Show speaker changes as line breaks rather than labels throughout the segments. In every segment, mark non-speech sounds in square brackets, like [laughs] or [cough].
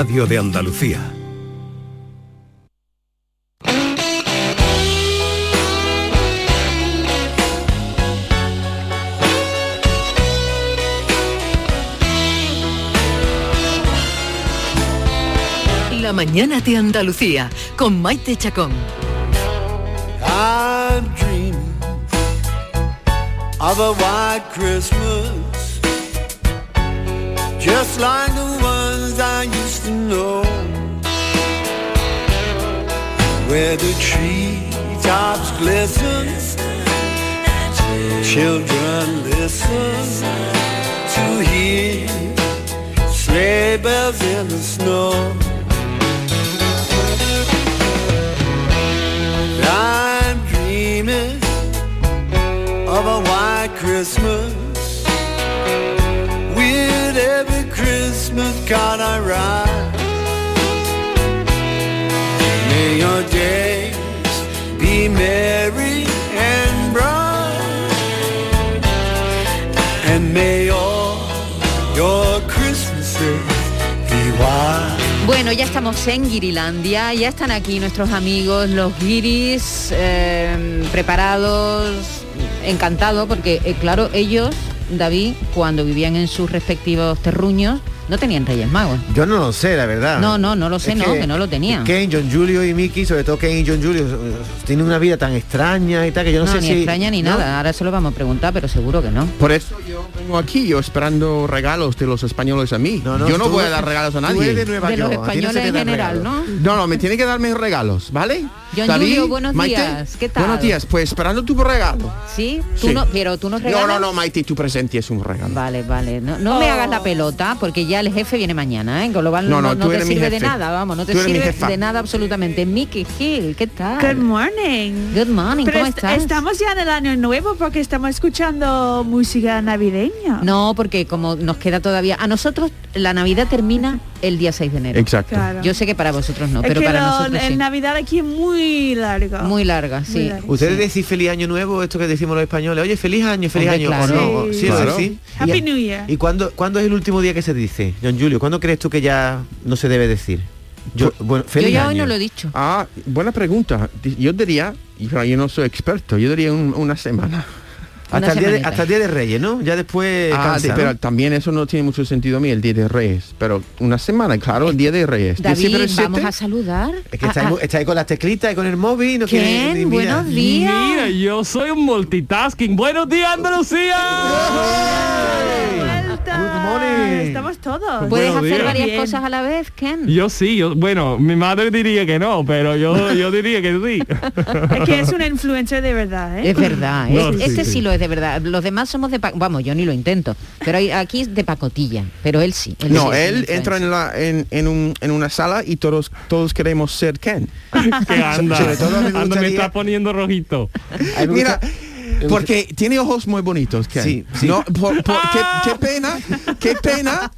Radio de Andalucía.
La mañana de Andalucía con Maite Chacón.
I'm dreaming of a white Christmas, just like the ones I used to know, where the treetops glisten, children listen to hear sleigh bells in the snow. I'm dreaming of a white Christmas with every Christmas card I write. May your days be merry and bright, and may all your Christmases be white.
Bueno, ya estamos en Girilandia, ya están aquí nuestros amigos, los guiris, eh, preparados, encantados, porque eh, claro, ellos, David, cuando vivían en sus respectivos terruños, no tenían Reyes Magos.
Yo no lo sé, la
Ah,
verdad.
No, no, no lo sé, no, que no lo tenían.
Ken, John Julio y Mickey, sobre todo Ken y John Julio, eh, tienen una vida tan extraña y tal, que yo no,
No,
sé
ni
si...
extraña ni
¿no?
nada, ahora se lo vamos a preguntar, pero seguro que no.
Por eso yo vengo aquí, yo esperando regalos de los españoles a mí. yo no
tú
voy a
eres-
dar regalos a
tú
nadie.
eres de Nueva
De los York, a ti no se españoles te en dan general, regalos.
No, no, me tiene que dar mis regalos, ¿vale?
John Julio, buenos días, ¿qué tal?
Buenos días, pues esperando tu regalo.
¿Sí? ¿Tú
Sí.
No, pero tú nos
No,
regalas...
no, no, Maite, tu presente es un regalo. Oh.
Vale, vale. No, no me hagas la pelota porque ya el jefe viene mañana, ¿eh? Con lo cual no,
No, no,
no
tú
te
eres mi
sirve de
jefe.
nada, Ah, vamos, no te
Tú eres mi
sirve
jefa.
de nada absolutamente. Mickey Hill, ¿qué tal?
Good morning.
Good morning,
Pero
¿cómo
est-
estás?
Estamos ya en el año nuevo porque estamos escuchando música navideña.
No, porque como nos queda todavía... A nosotros la Navidad termina el día 6 de enero.
Exacto.
Claro.
Yo sé que para vosotros no,
Es
pero
que
para
lo-
nosotros
el
sí.
Navidad aquí es muy largo.
Muy larga, sí.
Muy largo.
Ustedes decís feliz año nuevo, esto que decimos los españoles, oye, feliz año, feliz
Hombre,
año,
claro.
o no,
Sí.
sí, o
Claro.
sí.
Happy
¿Y-
New Year.
¿Y cuándo, cuándo es el último día que se dice, John Julio? ¿Cuándo crees tú que ya no se debe decir? Yo, bueno,
Yo
feliz
ya hoy
año.
no lo he dicho.
Ah, buena pregunta. Di- Yo diría, y claro, yo no soy experto, yo diría un- una semana.
Una
hasta, el día de,
semanita.
hasta el día de Reyes, ¿no? Ya después
Ah,
cansa,
de-
¿no?
pero también eso no tiene mucho sentido a mí, el Día de Reyes. Pero una semana, claro, el Día de Reyes. Diciembre
David,
el
vamos
7.
a saludar.
Es que
Ah,
está, ahí,
ah,
mu- está ahí con las teclitas y con el móvil y no quiere ni Mm.
Ken,
mirar.
buenos días.
Mira, yo soy un multitasking. ¡Buenos días, Andalucía!
Vuelta.
Good morning.
Ah, Estamos todos.
¿Puedes
Buenos
hacer
días.
varias
Bien.
cosas a la vez, Ken?
Yo sí, yo, bueno, mi madre diría que no, pero yo, yo diría que [laughs] sí.
Es que es una influencer de verdad, ¿eh?
Es verdad, ¿eh?
No, sí,
este sí,
sí.
lo es de verdad. Los demás somos de pa- vamos, yo ni lo intento, pero hay- aquí es de pacotilla, pero él sí.
No,
sí es un
él entra en, la, en, en un- en una sala y todos, todos queremos
[laughs]
ser Ken.
que anda,
Sobre todo a mí me
anda, me
gustaría-
está poniendo rojito.
A mí me
Mira,
gusta-
porque tiene ojos muy bonitos, Ken.
Sí, sí. Ah.
No, por- por- qué, qué pena, qué pena.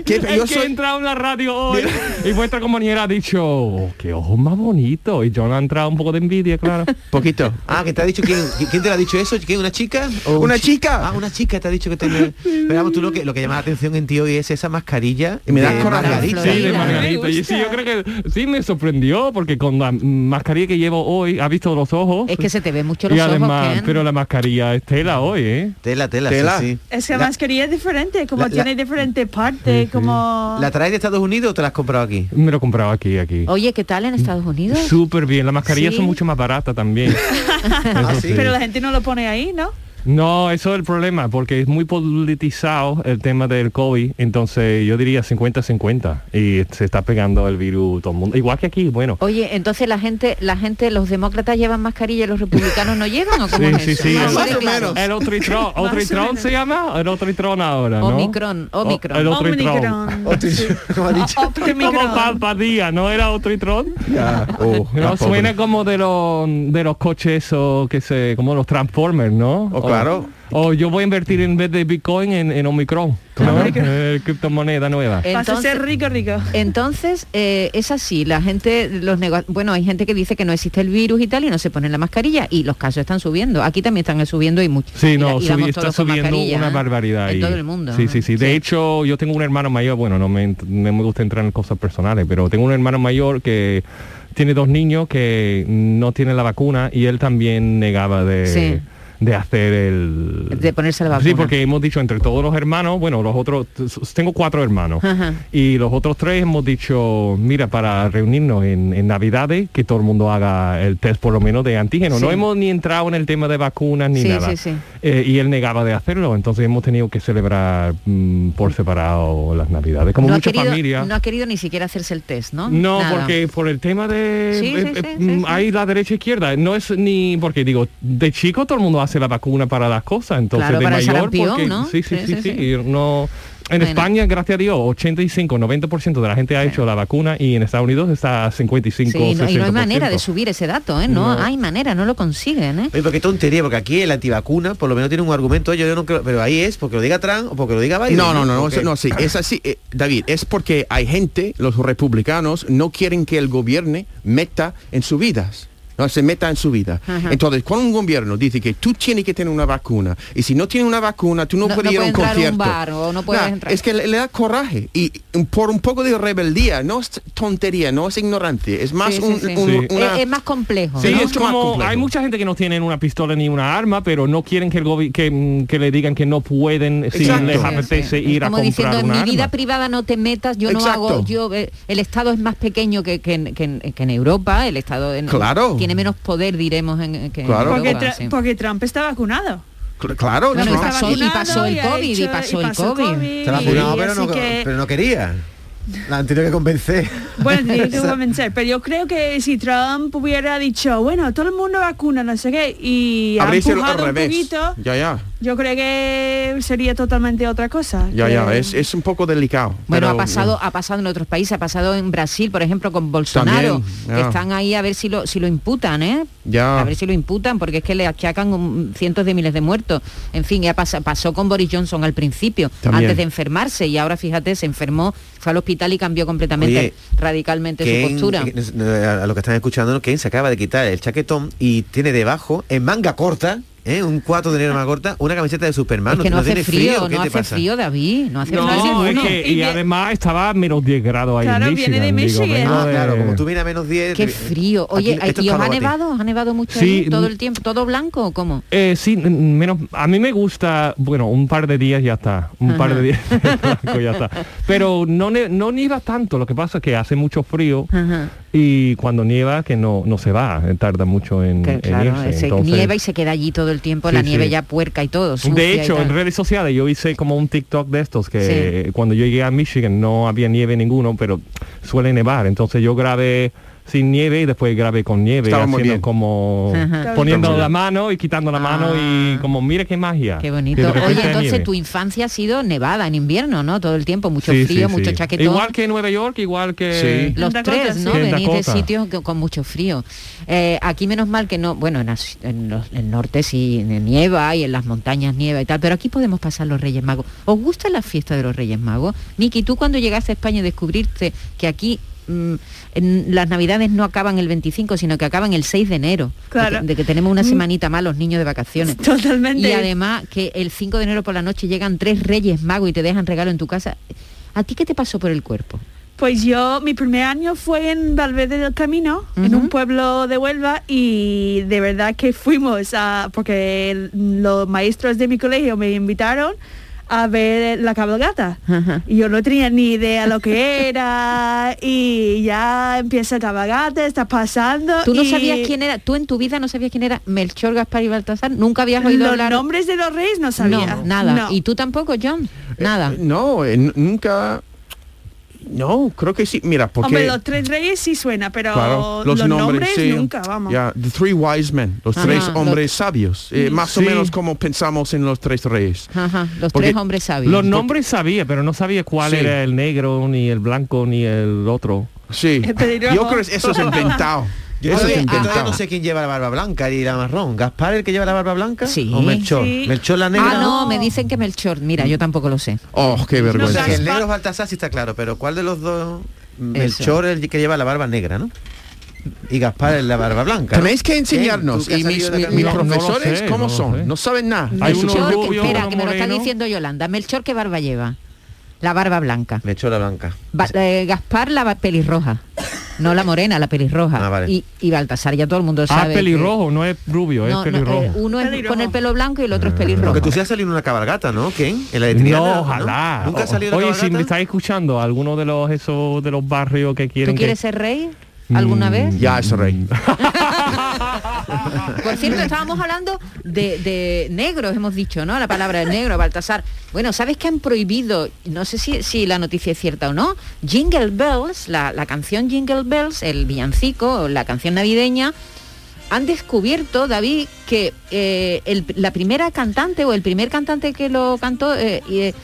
[laughs]
qué,
Es
yo
que he
soy...
entrado en la radio hoy y vuestra compañera ha dicho, "Oh, qué ojos más bonitos. Y yo no he entrado un poco de envidia, claro.
Poquito.
Ah, que te ha dicho quién, quién te lo ha dicho eso, ¿Quién, una chica? ¿O un
Una
chi-
chica.
Ah, una chica te ha dicho que te
[laughs]
Pero vamos, tú lo que lo que llama la atención en ti hoy es esa mascarilla.
Y me das
de
coraje.
margarita.
Sí, de
Florida.
Margarita.
Me
Y
gusta.
sí, yo creo que sí me sorprendió porque con la mascarilla que llevo hoy, ¿ha visto los ojos?
Es que se te ve mucho los
y
ojos,
además,
Ken.
pero la mascarilla es tela hoy, ¿eh?
Tela, tela,
Tela.
sí,
Es
sí.
que la
La,
mascarilla es diferente, como
la- la-
tiene diferente parte, como...
¿la traes de Estados Unidos o te la has comprado aquí?
Me lo he comprado aquí, aquí.
Oye, ¿qué tal en Estados Unidos?
[laughs] Súper bien, las mascarillas
Sí.
son mucho más baratas también.
[laughs]
Eso sí.
Pero la gente no lo pone ahí, ¿no?
No, eso es el problema, porque es muy politizado el tema del COVID, entonces yo diría 50-50 y se está pegando el virus todo el mundo. Igual que aquí, bueno.
Oye, entonces la gente, la gente, los demócratas llevan mascarilla y los republicanos no llevan o cómo
Sí,
es
sí,
eso?
sí,
No,
el-
hombre,
Más o
claro.
menos.
El otritrón, otritrón se llama, el otritrón ahora, ¿no?
Omicron, Omicron.
O- El otritrón.
Omicron.
Como ha dicho.
Como
Optimicron.
palpadía, ¿no era otritrón?
Ya, oh,
No,
tampoco.
suena como de los de los coches o que se, como los Transformers, ¿no?
O Oh, Claro.
O yo voy a invertir en vez de Bitcoin en, en Omicron, ¿no? Eh, criptomoneda nueva.
Vas a ser rico, rico.
Entonces, eh, es así, la gente, los nego- bueno, hay gente que dice que no existe el virus y tal y no se ponen la mascarilla y los casos están subiendo. Aquí también están subiendo y mucho.
Sí,
y la-
no,
y vamos
subi- está
todos con
subiendo
mascarilla,
una
¿eh?
barbaridad.
En
ahí.
todo el mundo.
Sí,
¿eh?
sí, sí. De hecho, yo tengo un hermano mayor, bueno, no me, no me gusta entrar en cosas personales, pero tengo un hermano mayor que tiene dos niños que no tiene la vacuna y él también negaba de,
Sí.
de hacer el...
De ponerse la vacuna.
Sí, porque hemos dicho entre todos los hermanos, bueno, los otros, tengo cuatro hermanos,
Ajá.
y los otros tres hemos dicho, mira, para reunirnos en, en Navidades, que todo el mundo haga el test por lo menos de antígeno.
Sí.
No hemos ni entrado en el tema de vacunas ni
Sí,
nada.
sí, sí.
Eh, y él negaba de hacerlo, entonces hemos tenido que celebrar mm, por separado las Navidades, como
no, ha
mucha
querido,
familia.
no ha querido ni siquiera hacerse el test, ¿no?
No,
Nada.
porque por el tema de...
Sí, sí,
eh,
sí,
eh,
sí,
mm,
sí.
Hay la derecha e izquierda. No es ni... Porque digo, de chico todo el mundo hace la vacuna para las cosas. Entonces
Claro,
de
para el
mayor...
sarampión,
porque-
¿no?
Sí, sí, sí,
Sí, sí,
sí,
sí.
y No... En
Bueno.
España, gracias a Dios, 85, 90% de la gente ha hecho la vacuna y en Estados Unidos está 55,
Sí, no- y no,
60%.
hay manera de subir ese dato, ¿eh? No,
No.
hay manera, no lo consiguen, ¿eh?
Oye, pero qué tontería, porque aquí el antivacuna por lo menos tiene un argumento, yo, yo no creo, pero ahí es porque lo diga Trump o porque lo diga Biden.
No, no, no, no,
Porque-
eso- no, sí, es así, eh, David, es porque hay gente, los republicanos, no quieren que el gobierno meta en sus vidas. No, se meta en su vida.
Ajá.
Entonces, cuando un gobierno dice que tú tienes que tener una vacuna, y si no tienes una vacuna, tú no,
No-
puedes
no
ir a un
puedes entrar a
concierto.
un bar o no puedes entrar.
Es que le, le da coraje. Y y por un poco de rebeldía, no es tontería, no es ignorancia, es más
Sí, sí,
un...
sí. Eh,
un-
Sí.
una-
Es, es más complejo.
Sí,
¿no?
es
Mucho más
como
complejo.
hay mucha gente que no tienen una pistola ni una arma, pero no quieren que el gobi- que, mm, que le digan que no pueden si
Exacto.
les
Sí,
apetece
Sí, sí.
ir a
como
comprar
diciendo en
una
mi
arma.
vida privada no te metas yo no
Exacto.
hago yo eh, el estado es más pequeño que, que en- que en- que en Europa el estado en-
Claro.
tiene menos poder diremos en, que en
Claro.
Europa,
Porque, Tra-
sí.
porque Trump está vacunado.
cl- claro,
Bueno,
no.
y pasó- y
vacunado
pasó el
ha
COVID, y pasó el COVID.
Se ha vacunado,
y
pero, no,
así que-
pero no quería. La han tenido que convencer.
Bueno, tenía que convencer, pero yo creo que si Trump hubiera dicho, bueno, todo el mundo vacuna, no sé qué, y ha
Habría sido al
empujado un
revés.
poquito,
Ya, ya,
yo creo que sería totalmente otra cosa.
ya,
que-
ya, es, es un poco delicado.
bueno ha
pero- eh.
pasado ha pasado en otros países ha pasado en Brasil por ejemplo con Bolsonaro
También,
que
ya.
están ahí a ver si lo si lo imputan eh
Ya.
a ver si lo imputan porque es que le achacan un- cientos de miles de muertos en fin ya pasa- pasó con Boris Johnson al principio
También.
antes de enfermarse y ahora fíjate se enfermó fue al hospital y cambió completamente
Oye,
radicalmente su
Ken,
postura
eh, a los que están escuchando, Ken se acaba de quitar el chaquetón y tiene debajo, en manga corta, ¿eh? un 4 de enero manga corta, una camiseta de Superman.
Es que no, hace
tiene
frío,
¿qué
no
Ah, te
hace
pasa?
frío, David, no hace
No,
frío
es
ninguno.
que-
Y
y,
vi-
además estaba a menos 10 grados ahí
Claro,
en
viene
Michigan.
de
digo,
Michigan.
vengo
Ah,
de-
claro, como tú vienes a menos 10.
Qué
te-
frío. Oye,
aquí- esto es
¿y os ha
calor a ti.
nevado? ¿Os ha nevado mucho
Sí,
ahí todo
mm.
el tiempo? ¿Todo blanco o cómo?
Eh, sí, n- n- menos, a mí me gusta, bueno, un par de días ya está, un par de días [laughs] ya está. Pero no, ne- no nieva tanto, lo que pasa es que hace mucho frío
Ajá.
y cuando nieva que no, no se va, eh, tarda mucho en,
Que,
en
claro,
irse,
se
entonces-
nieva y se queda allí todo el tiempo, la
Sí,
nieve
sí.
ya puerca y todo. sucia
De
y
hecho,
tal.
en redes sociales yo hice como un TikTok de estos que cuando yo llegué a Michigan no había nieve ninguno, pero suele nevar. Entonces yo grabé sin nieve y después grabé con nieve,
Estaba muy
haciendo
bien.
como
Ajá.
poniendo
Estaba muy
la
bien.
mano y quitando la mano
Ah.
y como mira qué magia.
Qué
Y
bonito.
de repente
Oye,
hay
entonces
nieve.
tu infancia ha sido nevada en invierno, ¿no? Todo el tiempo, mucho
Sí, sí,
frío,
sí.
mucho chaquetón.
Igual que en Nueva York, igual que...
Sí.
los
En Dakota,
tres, ¿no?
sí. En
Venís de
Dakota.
sitios que- con mucho frío. Eh, aquí menos mal que no, bueno, en, as- en los- en el norte sí nieva y en las montañas nieva y tal, pero aquí podemos pasar los Reyes Magos. ¿Os gusta la fiesta de los Reyes Magos? Miki, tú cuando llegaste a España descubriste que aquí mm, en- las navidades no acaban el 25, sino que acaban el 6 de enero,
Claro. Mm.
de, que, de que tenemos una semanita más los niños de vacaciones.
Totalmente.
Y además que el 5 de enero por la noche llegan tres Reyes Magos y te dejan regalo en tu casa. ¿A ti qué te pasó por el cuerpo?
Pues yo, mi primer año fue en Valverde del Camino, en un pueblo de Huelva, y de verdad que fuimos a, porque el- los maestros de mi colegio me invitaron a ver la cabalgata.
Ajá.
Y yo no tenía ni idea lo que era, y ya empieza la cabalgata, está pasando.
Tú no
y
sabías quién era, tú en tu vida no sabías quién era Melchor, Gaspar y Baltasar, nunca habías oído
Los
hablar.
nombres de los reyes no sabía.
Pues No, nada.
No.
Y tú tampoco, John. Nada.
Eh, No, eh, n- nunca. No, creo que sí. Mira, porque.
Hombre, los tres reyes sí suena, pero
claro,
los, nombres,
sí.
nunca, vamos.
Ya, the three wise men, los
Ajá, Mm.
tres
los-
hombres sabios. Eh, más o
Sí.
menos como pensamos en los tres reyes.
Ajá, los
Porque
tres hombres sabios.
Los nombres sabía, pero no sabía cuál
Sí.
era el negro, ni el blanco, ni el otro.
Sí.
El pelirrojo.
Yo creo que eso es inventado.
Yo eso
Oye,
que
ah,
todavía
ah.
no sé quién lleva la barba blanca y la marrón. ¿Gaspar el que lleva la barba blanca?
Sí.
¿O Melchor?
Sí.
¿Melchor la negra?
Ah, no, me dicen que Melchor. Mira, yo tampoco lo sé.
Oh, qué
O sea,
vergüenza.
que el
Gaspar-
negro es Baltasar sí está claro, pero ¿cuál de los dos? Melchor el que lleva la barba negra, ¿no? Y Gaspar es la barba blanca. ¿no?
Tenéis que enseñarnos.
¿Quién?
Y
¿Tú que has
mis,
salido de
mi-
la
mis
carrera?
No, no lo
profesores,
sé,
¿cómo
no lo
son?
sé.
No saben nada.
Hay uno
Melchor, que,
rubio,
espera,
uno
que me lo está
moreno.
diciendo Yolanda. Melchor que barba lleva. La barba blanca.
Melchor la blanca.
Ba- eh, Gaspar la ba- pelirroja. No la morena, la pelirroja.
Ah, vale.
y, y Baltasar, ya todo el mundo
Ah,
sabe. que-
pelirrojo, no es rubio, es
No, no,
pelirrojo. Ah.
eh, uno es
Pelirrojo.
con el pelo blanco y el otro es
Porque
pelirrojo.
tú sí has salido en una cabalgata, ¿no? ¿Quién? En la de Triana,
No, ojalá.
Nunca has salido en
Oye,
una
si me
cabalgata.
estáis escuchando a alguno de los esos de los barrios que
¿Tú
quieren
quieres
que...
ser rey alguna
Mm,
vez?
Ya, eso
[laughs]
rey.
Por cierto, estábamos hablando de, de negros, hemos dicho, ¿no? La palabra del negro, Baltasar. Bueno, ¿sabes que han prohibido, no sé si, si la noticia es cierta o no, Jingle Bells, la, la canción Jingle Bells, el villancico, la canción navideña, han descubierto, David, que eh, el- la primera cantante o el primer cantante que lo cantó eh, y, eh,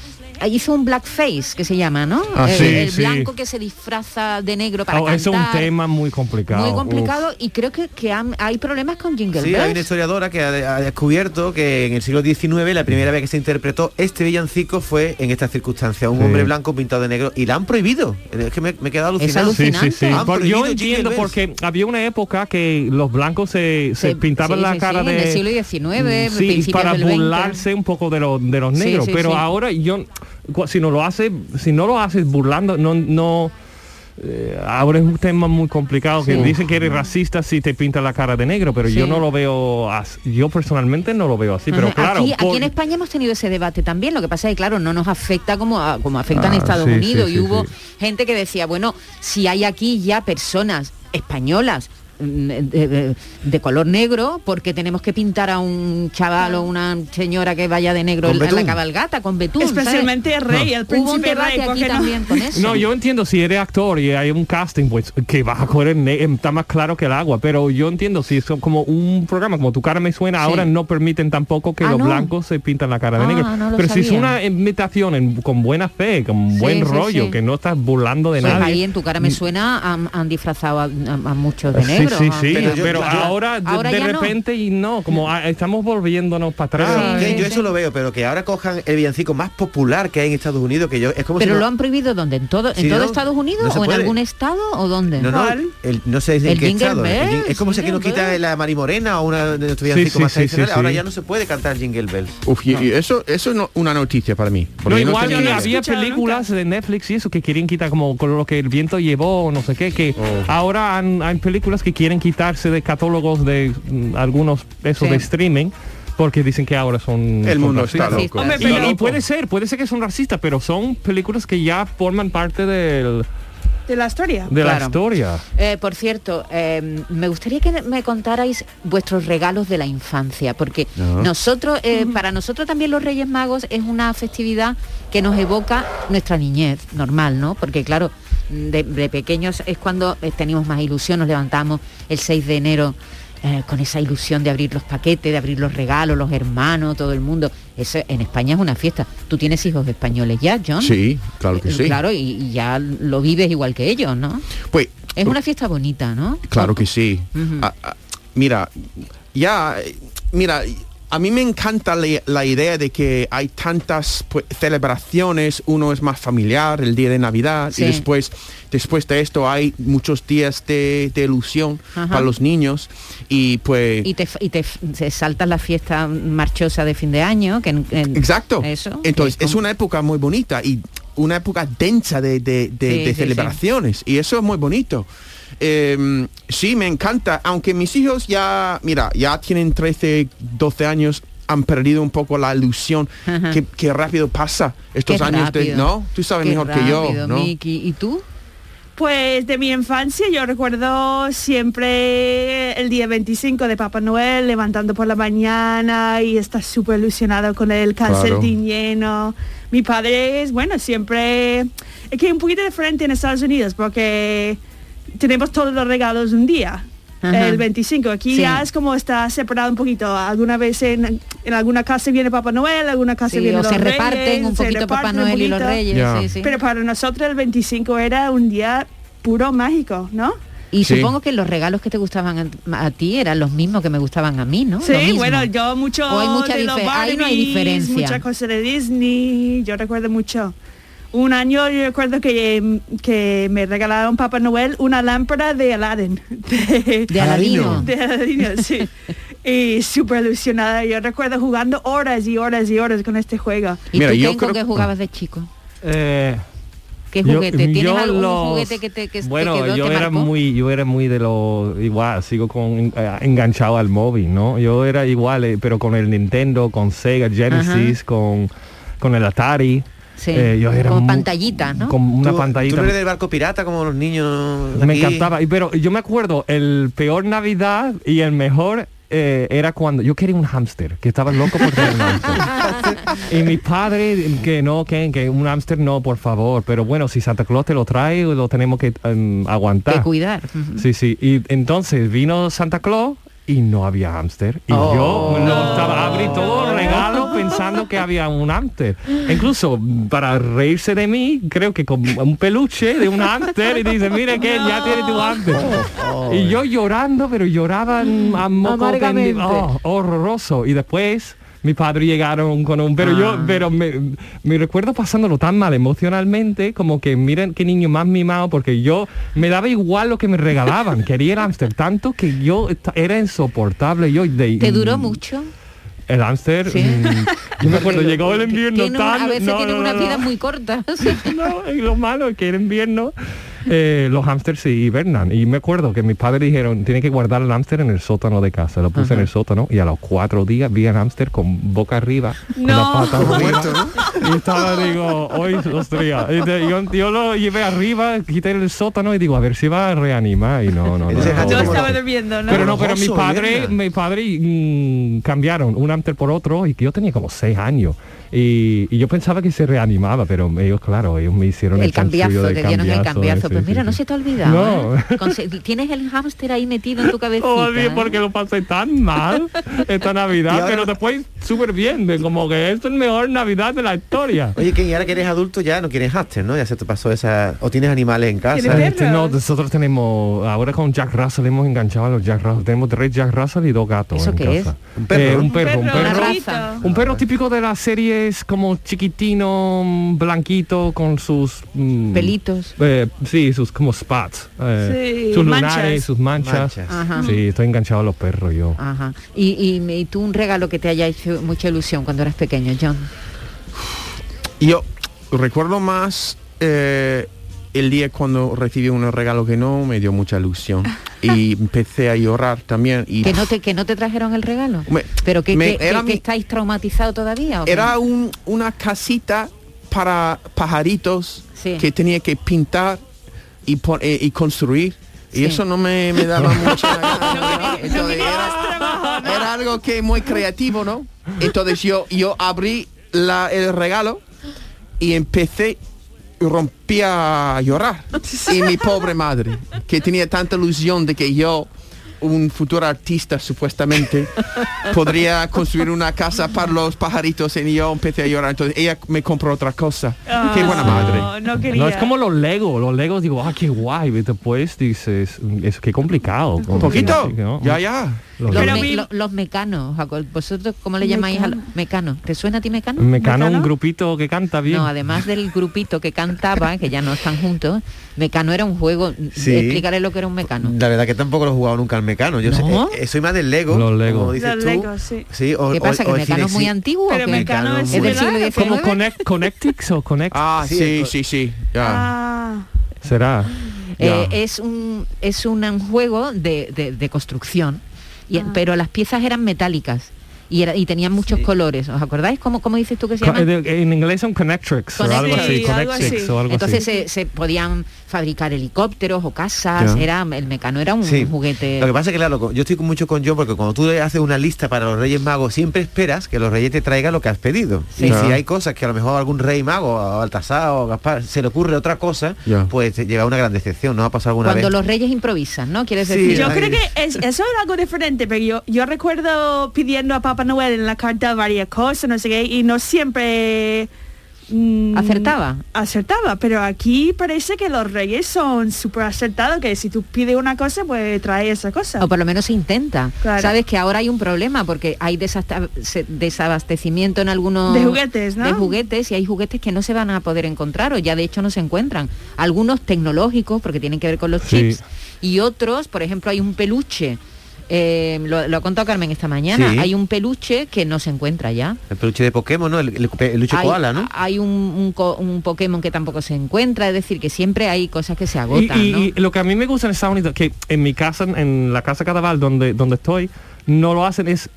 hizo un blackface, que se llama, ¿no?
Ah,
el,
sí,
el
sí.
blanco que se disfraza de negro para
Oh,
cantar.
es un tema muy complicado.
Muy
Uf.
complicado y creo que, que han- hay problemas con Jingle
Sí,
Bells.
hay una historiadora que ha, ha descubierto que en el siglo XIX la primera vez que se interpretó este villancico fue en estas circunstancias, un
Sí.
hombre blanco pintado de negro y la han prohibido. Es que me, me he quedado
Es
alucinado.
Sí,
alucinante.
sí, sí.
Han
Por-
prohibido
yo
Jingle
entiendo
Bells.
porque había una época que los blancos se, se
Sí,
pintaban
sí,
la
sí,
cara
sí,
de Mm,
en el siglo XIX,
sí,
principios
para
del XX.
burlarse un poco de, los de los
Sí,
negros,
sí,
pero
sí.
ahora yo cu- si no lo hace si no lo haces burlando no no eh, ahora es un tema muy complicado que
Sí.
dicen que eres racista si te pinta la cara de negro, pero yo
Sí.
no lo veo as- yo personalmente no lo veo así, pero
Ajá.
claro,
aquí, aquí
por-
en España hemos tenido ese debate también. Lo que pasa es que, claro, no nos afecta como, a- como afecta en
Ah,
Estados
sí, sí,
Unidos.
sí,
y hubo
sí.
gente que decía, bueno, si hay aquí ya personas españolas mm, de, de- de color negro, porque tenemos que pintar a un chaval o una señora que vaya de negro
Con
en la
betún.
cabalgata con betún. ¿sabes?
Especialmente el rey, el
Hubo un
príncipe rey,
debate
¿por
aquí
qué no?
también con eso.
No, yo entiendo si eres actor y hay un casting, pues que vas a coger el ne- está más claro que el agua, pero yo entiendo si es como un programa como Tu cara me suena,
Sí.
ahora no permiten tampoco que
Ah,
los
no.
blancos se pintan la cara de
Ah,
negro.
no lo
pero si es
sabía.
una imitación en- con buena fe, con
Sí,
buen
sí,
rollo,
sí.
que no estás burlando de
Pues
nadie. Mm.
ahí en tu cara me suena, han, han disfrazado a, a- a muchos de
Sí,
negro.
sí,
a-
sí,
Pero
pero,
yo- yo-
ahora de,
Ahora
de
ya no.
repente y no, como ah, estamos volviéndonos para atrás.
Ah,
Sí,
ok,
sí,
yo
sí.
eso lo veo, pero que ahora cojan el villancico más popular que hay en Estados Unidos, que yo es como si
Pero
no-
lo han prohibido dónde? ¿En todo,
Sí,
en todo
¿no?
Estados Unidos
No se
o en
puede.
algún estado o dónde?
No, no,
¿Cuál?
el- no sé en
El
qué
Jingle
estado. el
Bells,
jing- es como si aquí nos
Jingle
quitan
Bells.
la marimorena o una de nuestros villancicos
sí,
más
sí,
tradicionales.
sí, sí.
Ahora ya no se puede cantar Jingle Bells.
Uf, y, y eso, eso no una noticia para mí. porque
No,
yo
igual
tenía
que
idea.
había
escuchado
películas de Netflix y eso que quieren quitar como con lo que el viento llevó o no sé qué,
Oh.
que ahora han- hay películas que quieren quitarse de catálogos de mm, algunos esos
Sí.
de streaming porque dicen que ahora son
El
son
mundo está
racistas.
loco.
Hombre,
Y-
pero-
y, puede ser, puede ser que son racistas, pero son películas que ya forman parte del-
De la historia.
de
Claro.
la historia.
Eh, por cierto, eh, me gustaría que me contarais vuestros regalos de la infancia, porque nosotros, eh, para nosotros también los Reyes Magos es una festividad que nos evoca nuestra niñez, normal, ¿no? Porque claro, de, de pequeños es cuando eh, tenemos más ilusión, nos levantamos el 6 de enero eh, con esa ilusión de abrir los paquetes, de abrir los regalos, los hermanos, todo el mundo. Eso en España es una fiesta. Tú tienes hijos españoles ya, John.
Sí, claro que
Eh,
sí.
Claro, y, y ya lo vives igual que ellos, ¿no?
Pues,
Es una fiesta bonita, ¿no?
Claro que sí.
Ujú.
Ah, ah, mira, ya, eh, mira, a mí me encanta le- la, idea de que hay tantas pues, celebraciones, uno es más familiar, el día de Navidad,
Sí.
y después, después de esto hay muchos días de, de ilusión
Ajá.
para los niños, y pues...
Y te, f- y te, f- se saltas la fiesta marchosa de fin de año. Que en- en-
Exacto.
Eso.
Entonces,
que
es
como-
una época muy bonita y una época densa de, de- de-
Sí,
de
sí, sí.
celebraciones. Y eso es muy bonito. Eh, sí, me encanta. Aunque mis hijos ya, mira, ya tienen 13, 12 años han perdido un poco la ilusión
Ajá.
que, que rápido pasa estos
Qué
años de
rápido.
no tú sabes
Qué
mejor que yo
rápido,
¿no?
Miki. ¿Y tú?
Pues de mi infancia yo recuerdo siempre el día 25 de Papá Noel levantando por la mañana y estar súper ilusionado con el calcetín lleno. Mi padre es, bueno, siempre... Es que es un poquito diferente en Estados Unidos porque tenemos todos los regalos un día.
Ajá.
El 25, aquí
Sí.
ya es como está separado un poquito. Alguna vez en, en alguna casa viene Papá Noel, alguna casa
Sí,
viene
o
los
se reparten
Reyes,
un
se
poquito Papá
reparten un
Noel y los
poquito.
Reyes.
Ya.
sí, sí.
Pero para nosotros el 25 era un día puro mágico, ¿no?
Y
Sí.
supongo que los regalos que te gustaban a, a ti eran los mismos que me gustaban a mí, ¿no? Lo
Sí,
mismo.
bueno, yo mucho
O hay mucha
de los
difer- ahí no hay
Barbies,
diferencia.
Muchas cosas de Disney, yo recuerdo mucho. Un año yo recuerdo que, que me regalaron Papá Noel una lámpara de Aladdin. De,
[laughs] De Aladino.
de Aladino,
[laughs]
sí. y súper ilusionada. Yo recuerdo jugando horas y horas y horas con este juego.
¿Y
Mira,
tú
yo
Ken, con
creo-
qué jugabas de chico?
Eh,
¿Qué
yo-
juguete? ¿Tienes
yo
algún
los-
juguete que te que te
Bueno,
quedó,
yo
te
era
marcó?
muy, yo era muy de los igual, sigo con eh, enganchado al móvil, ¿no? Yo era igual, eh, pero con el Nintendo, con Sega Genesis, con con el Atari.
Sí,
Eh, yo era
con
muy-
pantallitas, ¿no?
Con una
¿Tú-
pantallita.
¿Tú no eres del barco pirata como los niños? de
Me
aquí?
encantaba. Y Pero yo me acuerdo, el peor Navidad y el mejor eh, era cuando yo quería un hámster, que estaba loco por tener un
[laughs]
hámster. y mis padres, que no, que, que un hámster no, por favor. Pero bueno, si Santa Claus te lo trae, lo tenemos que em,
Que
aguantar.
cuidar. Ujú.
Sí, sí. Y entonces vino Santa Claus y no había hámster. Y
Oh.
yo lo estaba, abrí todo el regalo pensando que había un hámster. Incluso mm, para reírse de mí, creo que con un peluche de un hámster y dice, mire que ya tiene tu hámster.
Oh.
Y yo llorando, pero lloraba en- a moco
Amargamente.
tendido. Oh, horroroso. Y después... Mis padres llegaron con un, pero yo, pero me, me recuerdo pasándolo tan mal emocionalmente, como que miren qué niño más mimado, porque yo me daba igual lo que me regalaban, quería el hámster, tanto que yo esta- era insoportable. Yo de, mm,
¿Te duró mucho?
el hámster,
Sí. [laughs]
mm, yo me acuerdo, llegó el invierno
Tiene un-
tan...
a veces
no,
tienen
no,
una
no,
vida
[laughs] no.
muy corta.
No, y lo malo es que en invierno eh, los hámsters sí hibernan. Y me acuerdo que mis padres dijeron, tiene que guardar el hámster en el sótano de casa. Lo puse en el sótano y a los cuatro días vi al hámster con boca arriba,
No.
con las patas arriba.
Muerto, ¿no?
Y estaba, digo, hoy los Yo, yo lo llevé arriba, quité el sótano y digo, a ver si va a reanimar. Y no, no, no.
Entonces,
no,
Hachi,
Yo
no.
¿cómo
estaba
lo-
durmiendo, ¿no?
Pero no, pero mis
Oso,
padres,
mierda.
mis padres mm, cambiaron un hamster por otro y que yo tenía como seis años. Y, y yo pensaba que se reanimaba, pero ellos, claro, ellos me hicieron el,
el cambiazo,
chanchullo
te
de
dieron el cambiazo.
ese,
Pues
sí,
mira,
sí.
no se te ha olvidado.
No.
¿eh? Conse- Tienes el hámster ahí metido
[laughs]
en tu cabecita.
Oye,
¿eh?
Oh, porque lo pasé tan mal
[laughs]
esta Navidad,
Y ahora-
pero después súper bien, de como que es el mejor Navidad de la historia.
Oye, que ahora que eres adulto ya no quieres hámster, ¿no? Ya se te pasó esa... O tienes animales en casa.
¿Tienes
Este, no, nosotros tenemos, ahora con Jack Russell hemos enganchado a los Jack Russell, tenemos tres Jack Russell y dos gatos.
¿Eso
en
qué
casa.
es? ¿Un perro?
Eh,
Un
un perro, un
Perro,
perro.
perrito.
raza.
Un perro típico de las series como chiquitino, mm, blanquito, con sus... mm,
Pelitos.
eh, sí, sus como spots. eh,
Sí,
sus
manchas.
lunares, sus manchas.
Manchas.
Ajá.
Sí, estoy enganchado a los perros yo.
Ajá. Y, y- y tú un regalo que te haya hecho mucha ilusión cuando eras pequeño, John.
Yo recuerdo más eh, el día cuando recibí un regalo que no me dio mucha
[laughs]
ilusión y empecé a llorar también y
Que no te que no te trajeron el regalo.
Hombre,
Pero que,
me-
que- que-
era
que
mi-
estáis traumatizados todavía. ¿o qué?
era un- una casita para pajaritos
Sí.
que tenía que pintar y, pon- eh, y construir y
Sí.
eso no me, me
[laughs]
daba mucha
No, no, no,
Entonces, era-
más trabajo, ¿no?
era algo que muy creativo, ¿no? Entonces yo, yo abrí la- el regalo y empecé y rompí a llorar. Y mi pobre madre, que tenía tanta ilusión de que yo, un futuro artista supuestamente, podría construir una casa para los pajaritos y yo empecé a llorar. Entonces ella me compró otra cosa. Qué buena madre.
No, no quería.
No, es como los Lego, los Legos digo, ah, qué guay, y después dices, es que complicado.
Un poquito.
¿no?
Ya, ya.
Los
Los,
Pero
Lego.
me-
mi-
lo- los mecanos, Jacob. ¿vosotros cómo le llamáis a los mecanos? ¿Te suena a ti mecano?
Mecano,
¿Mecano?
un grupito que canta bien.
No, además del grupito que cantaba, que ya no están juntos, Mecano era un juego.
Sí.
Explicaré lo que era un mecano.
La verdad que tampoco lo he jugado nunca al mecano. Yo sé-
¿No?
eh, eh, soy más del Lego.
Los Lego.
como dices
Los
tú.
[laughs] Lego, sí.
o,
¿Qué pasa?
o-
¿Que
o el
Mecano es muy
Cinexi-
antiguo? o
Pero
qué?
Mecano
Mecano
es
es
muy
del
siglo
largo.
XIX.
Como Connect, Connectics o Connect.
Ah,
Sí,
sí,
co-
sí, sí. Ya.
Ah.
Será.
Eh,
Ya.
es un es un juego de, de- de construcción,
Ah.
y- pero las piezas eran metálicas y, era- y tenían muchos colores. ¿Os acordáis cómo, cómo dices tú que se
Co-
llama?
eh, de- En inglés son Connectrix o
Connect-
algo
Sí,
así,
algo
Connectrix
así.
o algo
Entonces
así.
se, se podían fabricar helicópteros o casas,
Ya.
era el mecano era un,
Sí.
juguete.
Lo que pasa es que, claro, co- yo estoy con- mucho con John porque cuando tú le haces una lista para los Reyes Magos, siempre esperas que los Reyes te traigan lo que has pedido.
Sí.
Y
Ya.
si hay cosas que a lo mejor a algún Rey Mago, o Baltasar o Gaspar, se le ocurre otra cosa,
Ya.
pues te lleva a una gran decepción. ¿No ha pasado alguna
Cuando
vez?
los reyes improvisan, ¿no? Quieres
Sí,
decir.
Yo
Ay.
creo que es- eso era algo diferente, pero yo, yo recuerdo pidiendo a Papá Noel en la carta varias cosas, no sé qué, y no siempre mm,
¿Acertaba?
Acertaba, pero aquí parece que los reyes son súper acertados, que si tú pides una cosa, pues trae esa cosa.
O por lo menos se intenta.
Claro.
Sabes que ahora hay un problema porque hay desasta- se- desabastecimiento en algunos...
De juguetes, ¿no?
De juguetes y hay juguetes que no se van a poder encontrar o ya de hecho no se encuentran. Algunos tecnológicos porque tienen que ver con los
Sí.
chips y otros, por ejemplo, hay un peluche. eh, lo, lo ha contado Carmen esta mañana.
Sí.
Hay un peluche que no se encuentra ya.
El peluche de Pokémon, ¿no? El, el, el luche
hay,
koala, ¿no?
hay un, un co- un Pokémon que tampoco se encuentra, es decir, que siempre hay cosas que se
Y,
agotan.
y-
¿no?
y lo que a mí me gusta en Estados Unidos, que en mi casa, en la casa Cadaval donde, donde estoy, no lo hacen es...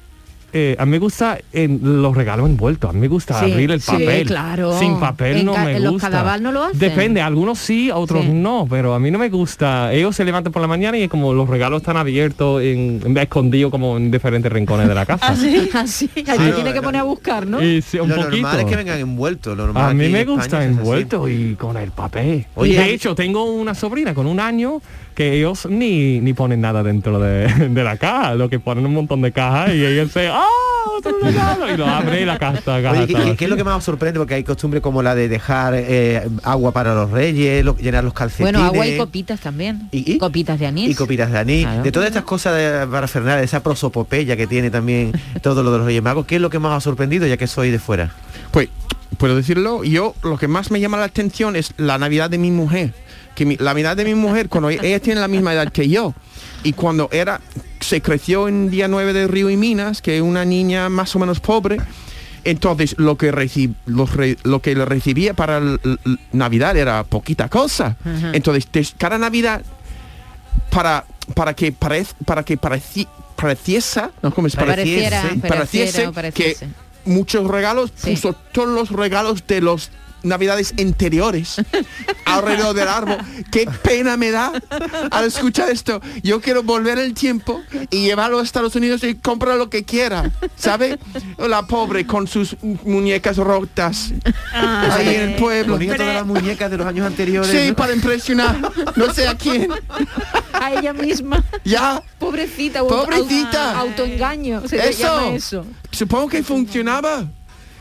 eh, a mí me gusta en los regalos envueltos, a mí me gusta
Sí,
abrir el
sí,
papel.
claro.
Sin papel
En
no
ca-
me
en los
gusta.
Cadaval no lo hacen.
Depende, algunos sí, otros
Sí.
no, pero a mí no me gusta. Ellos se levantan por la mañana y es como los regalos están abiertos, en, en- escondidos como en diferentes rincones
[laughs]
de la
Ah,
Ah,
casa.
Así, ahí
Sí.
te tiene que poner a buscar, ¿no?
Y sí, un
lo
poquito.
normal es que vengan envueltos. Lo normal
A mí
aquí
me
en España
gusta
es así.
envuelto y con el papel.
Oye, eh.
de
y-
hecho, tengo una sobrina con un año que ellos ni, ni ponen nada dentro de, [laughs] de la caja, lo que ponen un montón de cajas y [laughs] ellos se ¡Ah!
[laughs]
otro regalo! Y lo abre y la caja está
Oye,
caja
¿qué,
está
qué- qué es lo que más os sorprende? Porque hay costumbres como la de dejar eh, agua para los reyes, lo- llenar los calcetines.
Bueno, agua y copitas también.
¿Y- y?
Copitas de anís.
Y copitas de anís.
Claro.
De todas estas cosas de parafernalia, de esa prosopopeya que tiene también todo lo de los Reyes Magos, ¿qué es lo que más os ha sorprendido ya que soy de fuera?
Pues, puedo decirlo, yo lo que más me llama la atención es la Navidad de mi mujer. Que mi- la Navidad de mi mujer, cuando e- ella tiene la misma edad que yo, y cuando era, se creció en Día 9 de Río y Minas, que es una niña más o menos pobre, entonces lo que, reci- los re- lo que le recibía para el- el- Navidad era poquita cosa.
Ajá.
Entonces, des- cada Navidad, para, para que, parez- para que pareci- pareciese, no, ¿cómo es?
Pareciera,
Pareciese,
pareciera,
pareciese
o
que
pareciese.
muchos regalos,
Sí.
puso todos los regalos de los navidades
[laughs]
anteriores alrededor del árbol. Qué pena me da al escuchar esto. Yo quiero volver el tiempo y llevarlo a Estados Unidos y comprar lo que quiera. ¿Sabe? La pobre con sus mu- muñecas rotas
Ah,
ahí en el
eh,
pueblo.
Ponía todas las muñecas de los años anteriores.
Sí,
¿no?
para impresionar. No sé a quién.
[laughs] A
[laughs]
ella misma.
Ya.
Pobrecita. o auto-
Pobrecita.
autoengaño. Se le
Eso.
llama eso.
Supongo que funcionaba.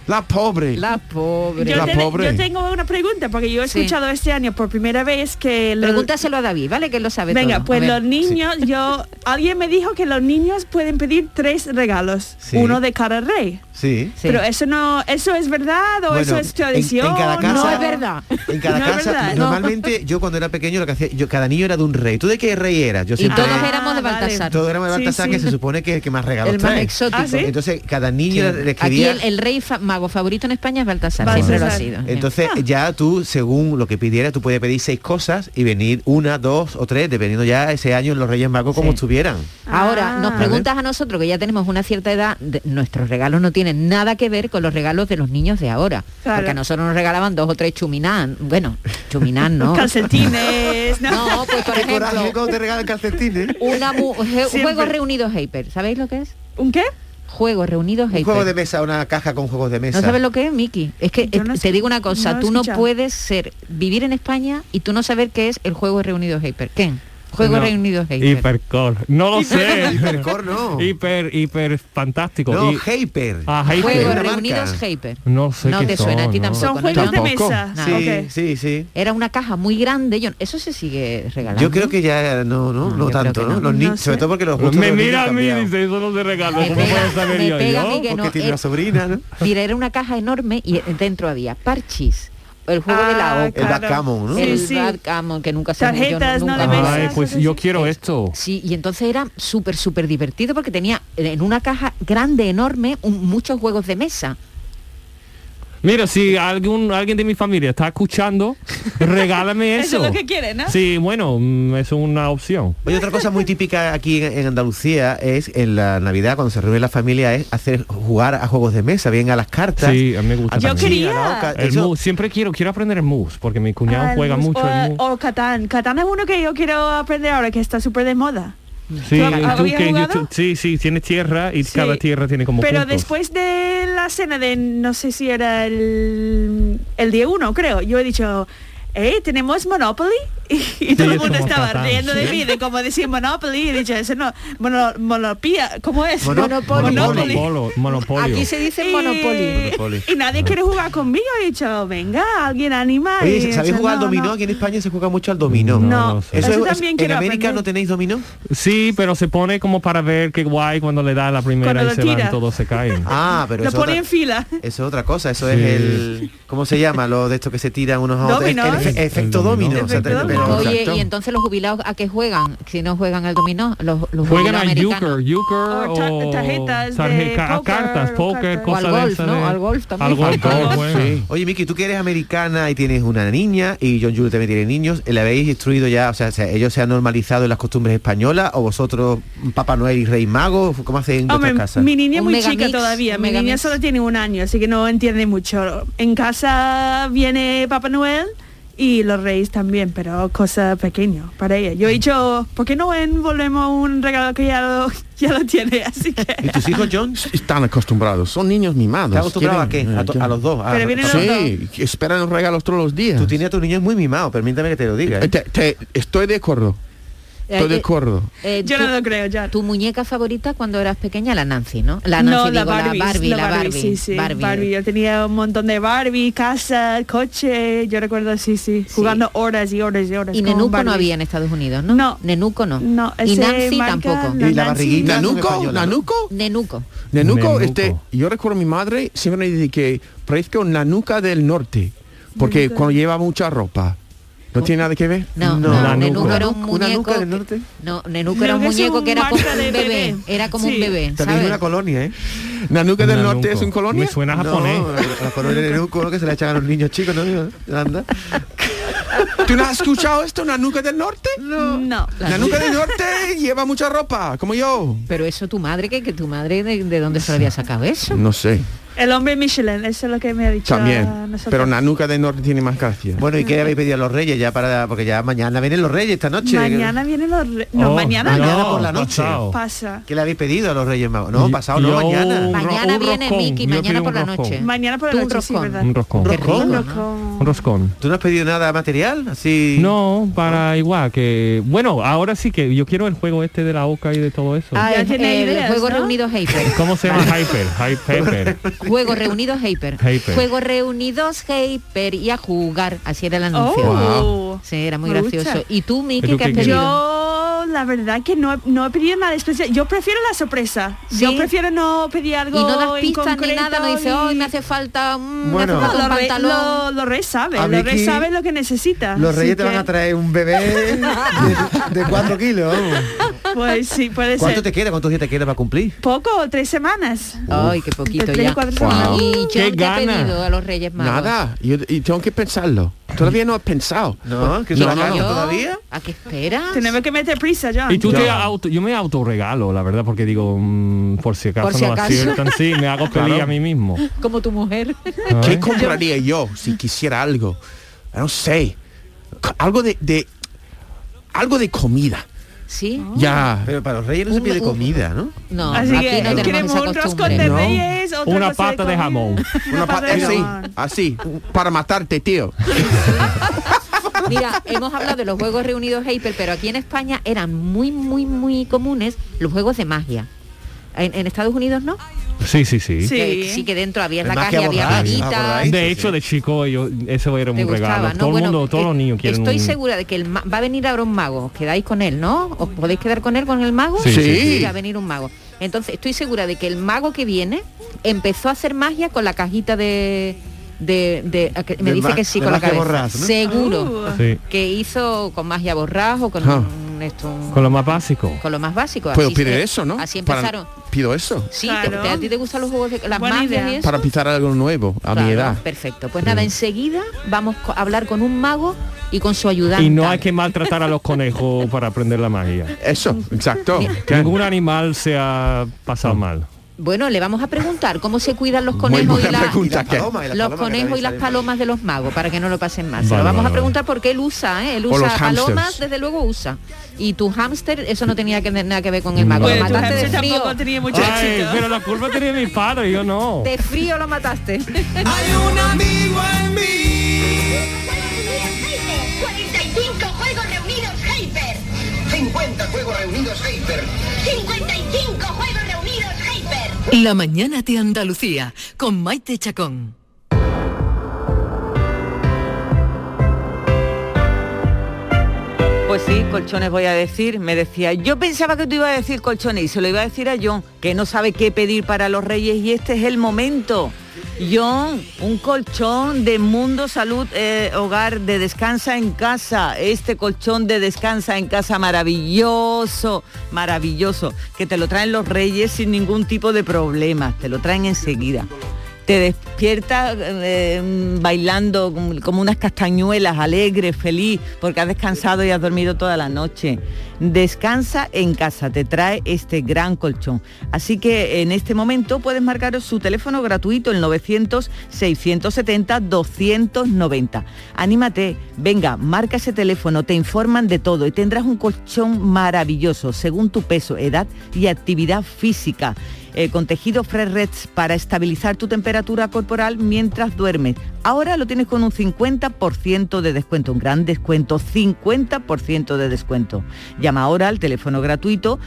La pobre.
La pobre.
Yo,
La
te-
pobre.
yo tengo una pregunta, porque yo he
Sí.
escuchado este año por primera vez que... los-
Pregúntaselo a David, ¿vale? Que él lo sabe
Venga,
todo. A
pues
ver.
los niños,
[laughs]
yo... Alguien me dijo que los niños pueden pedir tres regalos,
Sí.
uno de cada rey.
Sí.
Sí.
Pero eso no, eso es verdad o
Bueno,
eso es
en- en
tradición.
cada casa-
No es verdad.
En cada
No es
casa,
verdad, no.
normalmente yo cuando era pequeño lo que hacía, yo cada niño era de un rey. ¿Tú de qué rey eras? Yo
Y todos
era-
éramos de
vale.
Baltasar.
Ah, todos éramos de
Sí,
Baltasar,
sí.
que se supone que es el que más regalos
El más
trae.
exótico.
Ah, ¿sí?
Entonces cada niño le
Aquí
escribía
el, el rey fa- mago favorito en España es Baltasar,
Baltasar.
siempre lo ha sido.
Entonces
Ah.
ya tú, según lo que pidieras, tú puedes pedir seis cosas y venir una, dos o tres, dependiendo ya ese año en los Reyes Magos como
Sí.
estuvieran.
Ahora,
Ah.
nos
Vale.
preguntas a nosotros, que ya tenemos una cierta edad, de- nuestros regalos no tienen nada que ver con los regalos de los niños de ahora.
Claro.
Porque a nosotros nos regalaban dos o tres chuminán. Bueno, chuminán no.
[laughs]
[laughs]
Calcetines, ¿no?
No, pues por
Qué coraje
ejemplo,
cuando te regalan calcetines.
[laughs]
[laughs]
una mu- je-
Siempre.
Juegos Reunidos Hyper. ¿Sabéis lo que es?
¿Un qué?
Juegos Reunidos
Un
Hyper.
juego de mesa, una caja con juegos de mesa.
¿No sabes lo que es, Miki? Es que
Yo
eh,
no
te
sé,
digo una cosa,
no lo he
tú no
escuchado.
puedes ser vivir en España y tú no saber qué es el Juego Reunidos Hyper. ¿Qué? Juegos
No.
Reunidos Hyper.
Hipercore.
[laughs]
No lo sé.
Hipercore, no.
Hiper, hiper fantástico.
No,
Y-
Hyper.
Ah,
Hyper.
Juegos
Una marca.
Reunidos Hyper.
No sé
No
qué
te suena a ti
son, no.
tampoco.
Son
¿no?
juegos de
Tampoco.
mesa.
Nada.
Sí,
ok.
sí, sí.
Era una caja muy grande. Yo, eso se sigue regalando.
Yo creo que ya no, no,
No,
no,
yo creo
tanto,
que
¿no?
no.
Los niños,
No
sobre
sé.
todo porque los gustos de
Me
los niños
mira a
han
mí y
cambiado.
dice, eso no se regala.
Me
¿Cómo
pega-
puedo saber
me
yo?
pega a
Yo-
mí que
Porque
no,
tiene
eh,
una sobrina, ¿no?
Mira, era una caja enorme y eh, dentro había parchis, el juego de la
Ah,
oca,
El backgammon, ¿no?
Sí,
el
sí.
backgammon, que nunca se me- yo
Tarjetas, ¿no?
nunca
de
me-
mesa.
Ay, pues yo quiero esto.
Sí, y entonces era súper, súper divertido porque tenía en una caja grande, enorme, un- muchos juegos de mesa.
Mira, si algún, alguien de mi familia está escuchando,
[laughs]
regálame
Eso
eso.
es lo que quiere, ¿no?
Sí, bueno, mm, es una opción.
Oye, otra cosa muy típica aquí en en Andalucía es en la Navidad cuando se reúne la familia es hacer jugar a juegos de mesa, bien a las cartas.
Sí, a mí me gusta.
al
Yo
también.
quería.
a la oca.
El
Eso-
mus, siempre quiero, quiero aprender el mus, porque mi cuñado
Ah, el
juega
mus-
mucho el mus.
O, o Catán. Catán es uno que yo quiero aprender ahora, que está súper de moda.
Sí,
¿Tú habías
tú que-
jugado?
tú- sí, sí, tiene tierra y
Sí.
cada tierra tiene como
Pero
puntos.
después de la cena de, no sé si era el, el día uno, creo, yo he dicho, eh, ¿tenemos Monopoly? [laughs] y, y todo
Sí,
el
es
mundo
como
estaba
Catán,
riendo de
sí.
mí, de cómo decir Monopoly, y he dicho, eso no, mono- monopía, ¿cómo es?
Mono-
Monopoly.
Monopoly.
Monopolo- monopolio.
Aquí se dice
Y-
Monopoly.
Monopoly.
Y nadie quiere jugar conmigo, he dicho, venga, alguien anima. y
Oye,
he
¿sabéis
dicho,
jugar al
"No,
dominó?
no".
Aquí en España se juega mucho al dominó.
No,
no
no
sé.
Eso,
eso
es-
también
¿En
quiero
América
aprender.
no tenéis dominó?
Sí, pero se pone como para ver qué guay cuando le da la primera
Cuando
y
lo
se van,
tira.
todos se caen.
Ah, pero
Lo
eso es
pone
otra-
en fila.
Eso es otra cosa, eso
Sí.
es el... ¿Cómo se llama? Lo de esto que se tiran unos a otros. El- el
Dominos.
efe- efecto
El dominó.
dominó. o sea,
Efecto
te-
dominó.
pero-
Oye,
exacto.
y entonces los jubilados a qué juegan? Si no juegan al dominó, los, los
Juegan
jubilados
al
americanos.
euchre, euchre
O ta-
o
tarjetas de
Oh, tarjeca-
póker,
cartas,
o
póker,
cartas.
O al
cosas de
golf,
esas.
¿no?
de-
Al golf también.
Al golf,
Al golf,
bueno.
sí.
Oye, Miki, tú que eres americana y tienes una niña y John Julio también tiene niños, ¿le habéis instruido ya? O sea, ¿se- ¿ellos se han normalizado en las costumbres españolas o vosotros, Papá Noel y Rey Mago? ¿Cómo hacéis en
Hombre,
vuestras casas?
mi niña es
Un
muy
megamix,
chica todavía,
un
mi niña
megamix.
solo tiene un año, así que no entiende mucho. En casa viene Papá Noel y los reyes también, pero cosa pequeño para ella. Yo he dicho, ¿por qué no envolvemos un regalo que ya lo, [laughs] ya lo tiene? Así que...
¿Y tus hijos, John?
Están acostumbrados, son niños mimados.
¿Te has acostumbrado a qué?
quieren- eh,
A, to- a los dos. a-
Pero vienen los dos.
Sí, que esperan los regalos todos los días.
Tú tienes a tus niños muy mimados, permítame que te lo diga.
Eh,
¿eh?
te- te- estoy de acuerdo,
Eh,
estoy de
eh,
acuerdo.
eh,
Yo
tú-
no lo creo, ya.
Tu muñeca favorita cuando eras pequeña, la Nancy, ¿no? La Nancy,
no,
digo,
la Barbie,
la Barbie, la Barbie,
sí, sí,
Barbie.
Barbie. Yo tenía un montón de Barbie, casa, coche, yo recuerdo, sí, sí, jugando horas y horas y horas.
Y
con
Nenuco no
Barbie.
había en Estados Unidos, ¿no?
No.
Nenuco no.
No,
y
ese
Nancy
eh, marca,
tampoco.
Y la
Nancy-
barriguita.
Nancy-
Nanuco,
¿Nanuco? ¿Nanuco?
Nenuco.
Nenuco,
Nenuco.
este, yo recuerdo a mi madre siempre me dice que parezco una nuca del norte, porque cuando lleva mucha ropa. ¿No tiene nada que ver?
No,
No,
no,
la
Nenuco
nuca.
era un
¿Una
muñeco.
nuca del
que-
norte?
No, Nenuco era un
Nenuco es
muñeco
un
que era como
marca de
un bebé.
bebé.
Era como un
Sí.
bebé.
También es
¿sabes?
una colonia, ¿eh?
¿Nanuca del
Nanuco.
norte es un colonia?
Me suena
No,
japonés.
la- la colonia de Nenuco, ¿no? que se la echan a los niños chicos, ¿no? Anda.
[laughs] ¿Tú no has escuchado esto, Nanuca del norte?
No.
Nanuca del
[laughs]
norte lleva mucha ropa, como yo.
Pero eso tu madre, que, que tu madre de, de dónde se lo había sacado eso.
No sé,
El hombre Michelin, eso es lo que me ha dicho. a
también.
nosotros.
Pero Nanuca del norte tiene más gracia.
Bueno, ¿y qué habéis pedido a los reyes ya para...? Porque ya mañana vienen los reyes, esta noche.
Mañana vienen los re- No,
Oh,
mañana
mañana
no.
por la noche.
pasado.
Pasa.
¿Qué le habéis pedido a los Reyes Magos? No,
Yo-
pasado, no,
yo-
mañana.
ro-
Mañana
un
viene
roscón.
Mickey,
Yo
mañana
pido
por
un
la
roscón.
noche.
Mañana por
Tú
la
un
noche, sí,
roscón.
¿verdad?
Un roscón.
Un
Qué
roscón.
rico.
Un roscón.
Un roscón.
¿Tú no has pedido nada material? Así...
No, para igual que... Bueno, ahora sí que yo quiero el juego este de la OCA y de todo eso.
Ah,
Ya
es
tiene
el
ideas,
Juego
¿no? [laughs]
Reunido Hyper.
¿Cómo se llama? Hyper. Hyper.
Juego Reunidos Hyper.
Hyper.
Juego Reunidos Hyper y a jugar. Así era el anuncio.
Oh. Wow.
Sí, era muy
Me
gracioso.
gusta.
¿Y tú, Miki,
¿Tú
qué has
qué
pedido?
Yo la verdad que no, no he pedido nada especial. Yo prefiero la sorpresa.
¿Sí?
Yo prefiero no pedir
y
algo
no das
en
pistas ni
concreto,
nada, no dices,
ni-
hoy me hace falta, mm, me
Bueno.
No,
hace falta un
lo, re,
pantalón.
lo, lo re sabe,
A
lo re
Vicky,
sabe lo que necesita.
Los
así
Reyes te van
que,
a traer un bebé de 4 kilos. vamos.
Pues sí, puede
¿Cuánto
ser.
te queda? ¿Cuántos días te queda para cumplir?
poco o tres semanas.
Ay, qué poquito
Entre tres
ya.
y cuatro semanas.
Y John,
Qué
¿qué, ha
gana.
pedido a los Reyes Magos?
Nada, yo- y tengo que pensarlo. Todavía no he pensado.
[laughs] No, que
Digo
no,
yo,
todavía.
¿A qué esperas?
Tenemos que meter prisa, John.
Y tú te
Ya.
auto, yo me autorregalo, la verdad, porque digo, mm, por si acaso
Por si
no
acaso.
aciertan, sí, me hago pedir a mí mismo.
[laughs] Como tu mujer.
¿Qué
¿Ah?
compraría yo si quisiera algo? No sé. Co- Algo de, de- algo de comida.
¿Sí?
Ya.
Pero para los Reyes no se
Un-
pide
un-
comida, ¿no? Ah,
No,
Así
aquí
que
no tenemos
queremos
esa
un roscón
costumbre.
de
No.
reyes, otra
Una
cosa
pata de
comida.
jamón.
Una
pa-
pata de
así,
jamón.
así, para matarte, tío.
[laughs]
Mira, hemos hablado de los juegos reunidos Hyper, pero aquí en España eran muy, muy, muy comunes los juegos de magia. En, en Estados Unidos no.
Sí, sí, sí.
Sí.
Que, sí que dentro había
De
la caja,
magia
y había
borrada,
Ah,
vaguitas.
¿acordáis?
Te
De hecho, de chico, yo, eso era un regalo.
gustaba, ¿no?
Todo el
Bueno,
mundo, todos
eh,
los niños quieren
Estoy
un-
segura de que el ma- va a venir ahora un mago. Os Quedáis con él, ¿no? ¿Os podéis quedar con él, con el mago?
Sí,
Sí. sí.
va a venir un mago. Entonces, estoy segura de que el mago que viene empezó a hacer magia con la cajita de... de- de- a que- me
De
dice
ma-
que sí
de
con la
magia
cabeza.
borrás, ¿no?
Seguro.
Uh.
Sí,
que hizo con magia borrajo, con
Ah.
un- esto, un-
con lo más básico.
con lo más básico.
Puedo
así
pedir
se-
eso, ¿no?
Así
Para-
empezaron.
pido eso.
Sí,
Claro.
te- te- a ti te gustan los juegos de las
Buena
magias
idea.
y eso.
Para empezar algo nuevo a mi
Claro,
edad.
Perfecto. Pues nada, enseguida vamos co- a hablar con un mago y con su ayudante.
Y no hay que maltratar a los conejos para aprender la magia.
Eso,
[laughs]
exacto.
Que ningún animal se ha pasado mal.
Bueno, le vamos a preguntar cómo se cuidan los
Muy
conejos y
buena
la-
pregunta. ¿qué?
palomas, las palomas
los
que
conejos y
también
las
salen.
palomas de los magos para que no lo pasen más. Se
Vale,
lo vamos
vale,
a
vale.
preguntar porque él usa, ¿eh? él
O
usa
los
palomas,
hámsters.
desde luego usa. Y tu hámster, eso no tenía que, nada que ver con el mago.
Bueno,
lo
Oye, tu
mataste de
hamster
frío.
tampoco tenía mucho
Ay,
éxito.
pero la culpa tenía mi padre, yo no.
De frío lo mataste.
[laughs]
Hay un amigo en mí.
Juegos Reunidos Hyper, 45 juegos 50 juegos reunidos Hyper. 55 juegos reunidos Hyper.
La mañana de Andalucía con Maite Chacón.
Pues sí, colchones voy a decir, me decía, yo pensaba que tú ibas a decir colchones y se lo iba a decir a John, que no sabe qué pedir para los reyes y este es el momento. John, un colchón de Mundo Salud eh, Hogar de Descansa en Casa, este colchón de Descansa en Casa maravilloso, maravilloso, que te lo traen los reyes sin ningún tipo de problema, te lo traen enseguida te despiertas eh, bailando como- como unas castañuelas, alegre, feliz, porque has descansado y has dormido toda la noche. Descansa en casa, te trae este gran colchón. Así que en este momento puedes marcaros su teléfono gratuito, el 900-670-290. Anímate, venga, marca ese teléfono, te informan de todo y tendrás un colchón maravilloso según tu peso, edad y actividad física eh, con tejido Fresh Reds para estabilizar tu temperatura corporal mientras duermes. Ahora lo tienes con un 50% de descuento, un gran descuento, 50% de descuento. Llama ahora al teléfono gratuito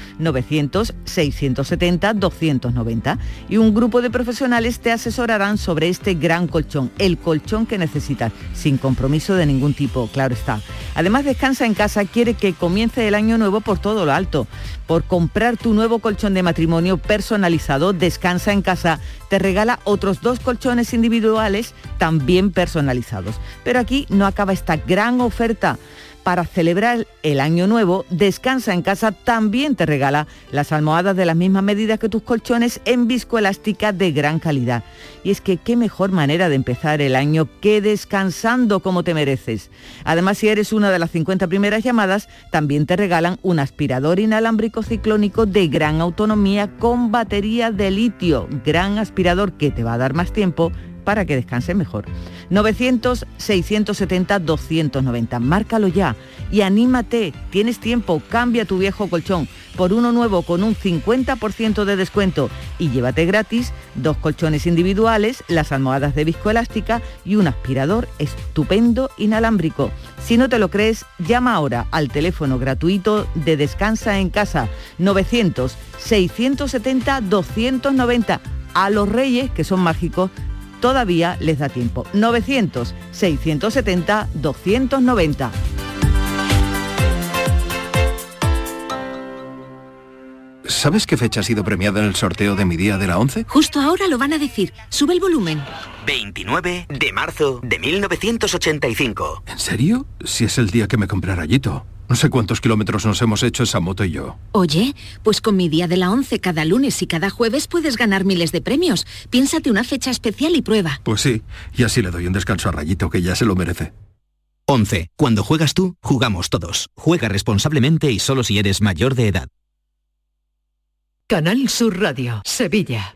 900-670-290 y un grupo de profesionales te asesorarán sobre este gran colchón, el colchón que necesitas, sin compromiso de ningún tipo, claro está. Además, Descansa en Casa quiere que comience el año nuevo por todo lo alto, por comprar tu nuevo colchón de matrimonio personalizado, Descansa en Casa te regala otros dos colchones individuales también personalizados. Pero aquí no acaba esta gran oferta. Para celebrar el año nuevo, Descansa en Casa también te regala las almohadas de las mismas medidas que tus colchones en viscoelástica de gran calidad. Y es que qué mejor manera de empezar el año que descansando como te mereces. Además, si eres una de las 50 primeras llamadas, también te regalan un aspirador inalámbrico ciclónico de gran autonomía con batería de litio. Gran aspirador que te va a dar más tiempo para que descanses mejor. 900-670-290. Márcalo ya y anímate. Tienes tiempo. Cambia tu viejo colchón por uno nuevo con un 50% de descuento y llévate gratis dos colchones individuales, las almohadas de viscoelástica y un aspirador estupendo inalámbrico. Si no te lo crees, llama ahora al teléfono gratuito de Descansa en Casa 900-670-290. A los reyes, que son mágicos, todavía les da tiempo. 900 670 290.
¿Sabes qué fecha ha sido premiada en el sorteo de mi día de la 11?
Justo ahora lo van a decir. Sube el volumen.
29 de marzo de 1985.
¿En serio? Si es el día que me compré rayito. No sé cuántos kilómetros nos hemos hecho esa moto y yo.
Oye, pues con mi día de la 11 cada lunes y cada jueves puedes ganar miles de premios. Piénsate una fecha especial y prueba.
Pues sí, y así le doy un descanso a rayito que ya se lo merece.
11. Cuando juegas tú, jugamos todos. Juega responsablemente y solo si eres mayor de edad.
Canal Sur Radio, Sevilla.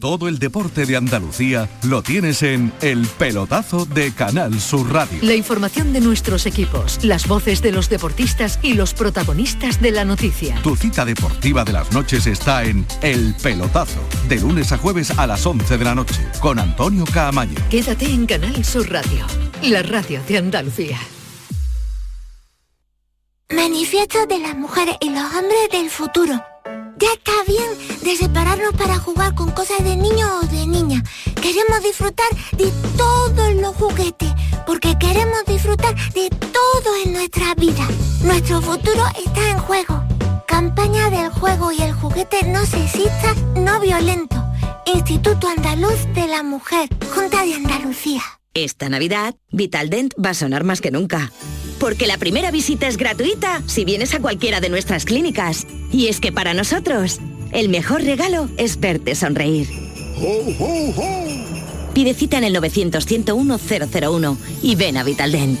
Todo el deporte de Andalucía lo tienes en El Pelotazo de Canal Sur Radio.
La información de nuestros equipos, las voces de los deportistas y los protagonistas de la noticia.
Tu cita deportiva de las noches está en El Pelotazo, de lunes a jueves a las 11 de la noche, con Antonio Caamaño.
Quédate en Canal Sur Radio, la radio de Andalucía.
Manifiesto de las mujeres y los hombres del futuro. Ya está bien de separarnos para jugar con cosas de niños o de niñas. Queremos disfrutar de todos los juguetes. porque queremos disfrutar de todo en nuestra vida. Nuestro futuro está en juego. Campaña del juego y el juguete no sexista, no violento. Instituto Andaluz de la Mujer, Junta de Andalucía.
Esta Navidad, Vitaldent va a sonar más que nunca. Porque la primera visita es gratuita si vienes a cualquiera de nuestras clínicas. Y es que para nosotros, el mejor regalo es verte sonreír. Pide cita en el 900-101-001 y ven a Vitaldent.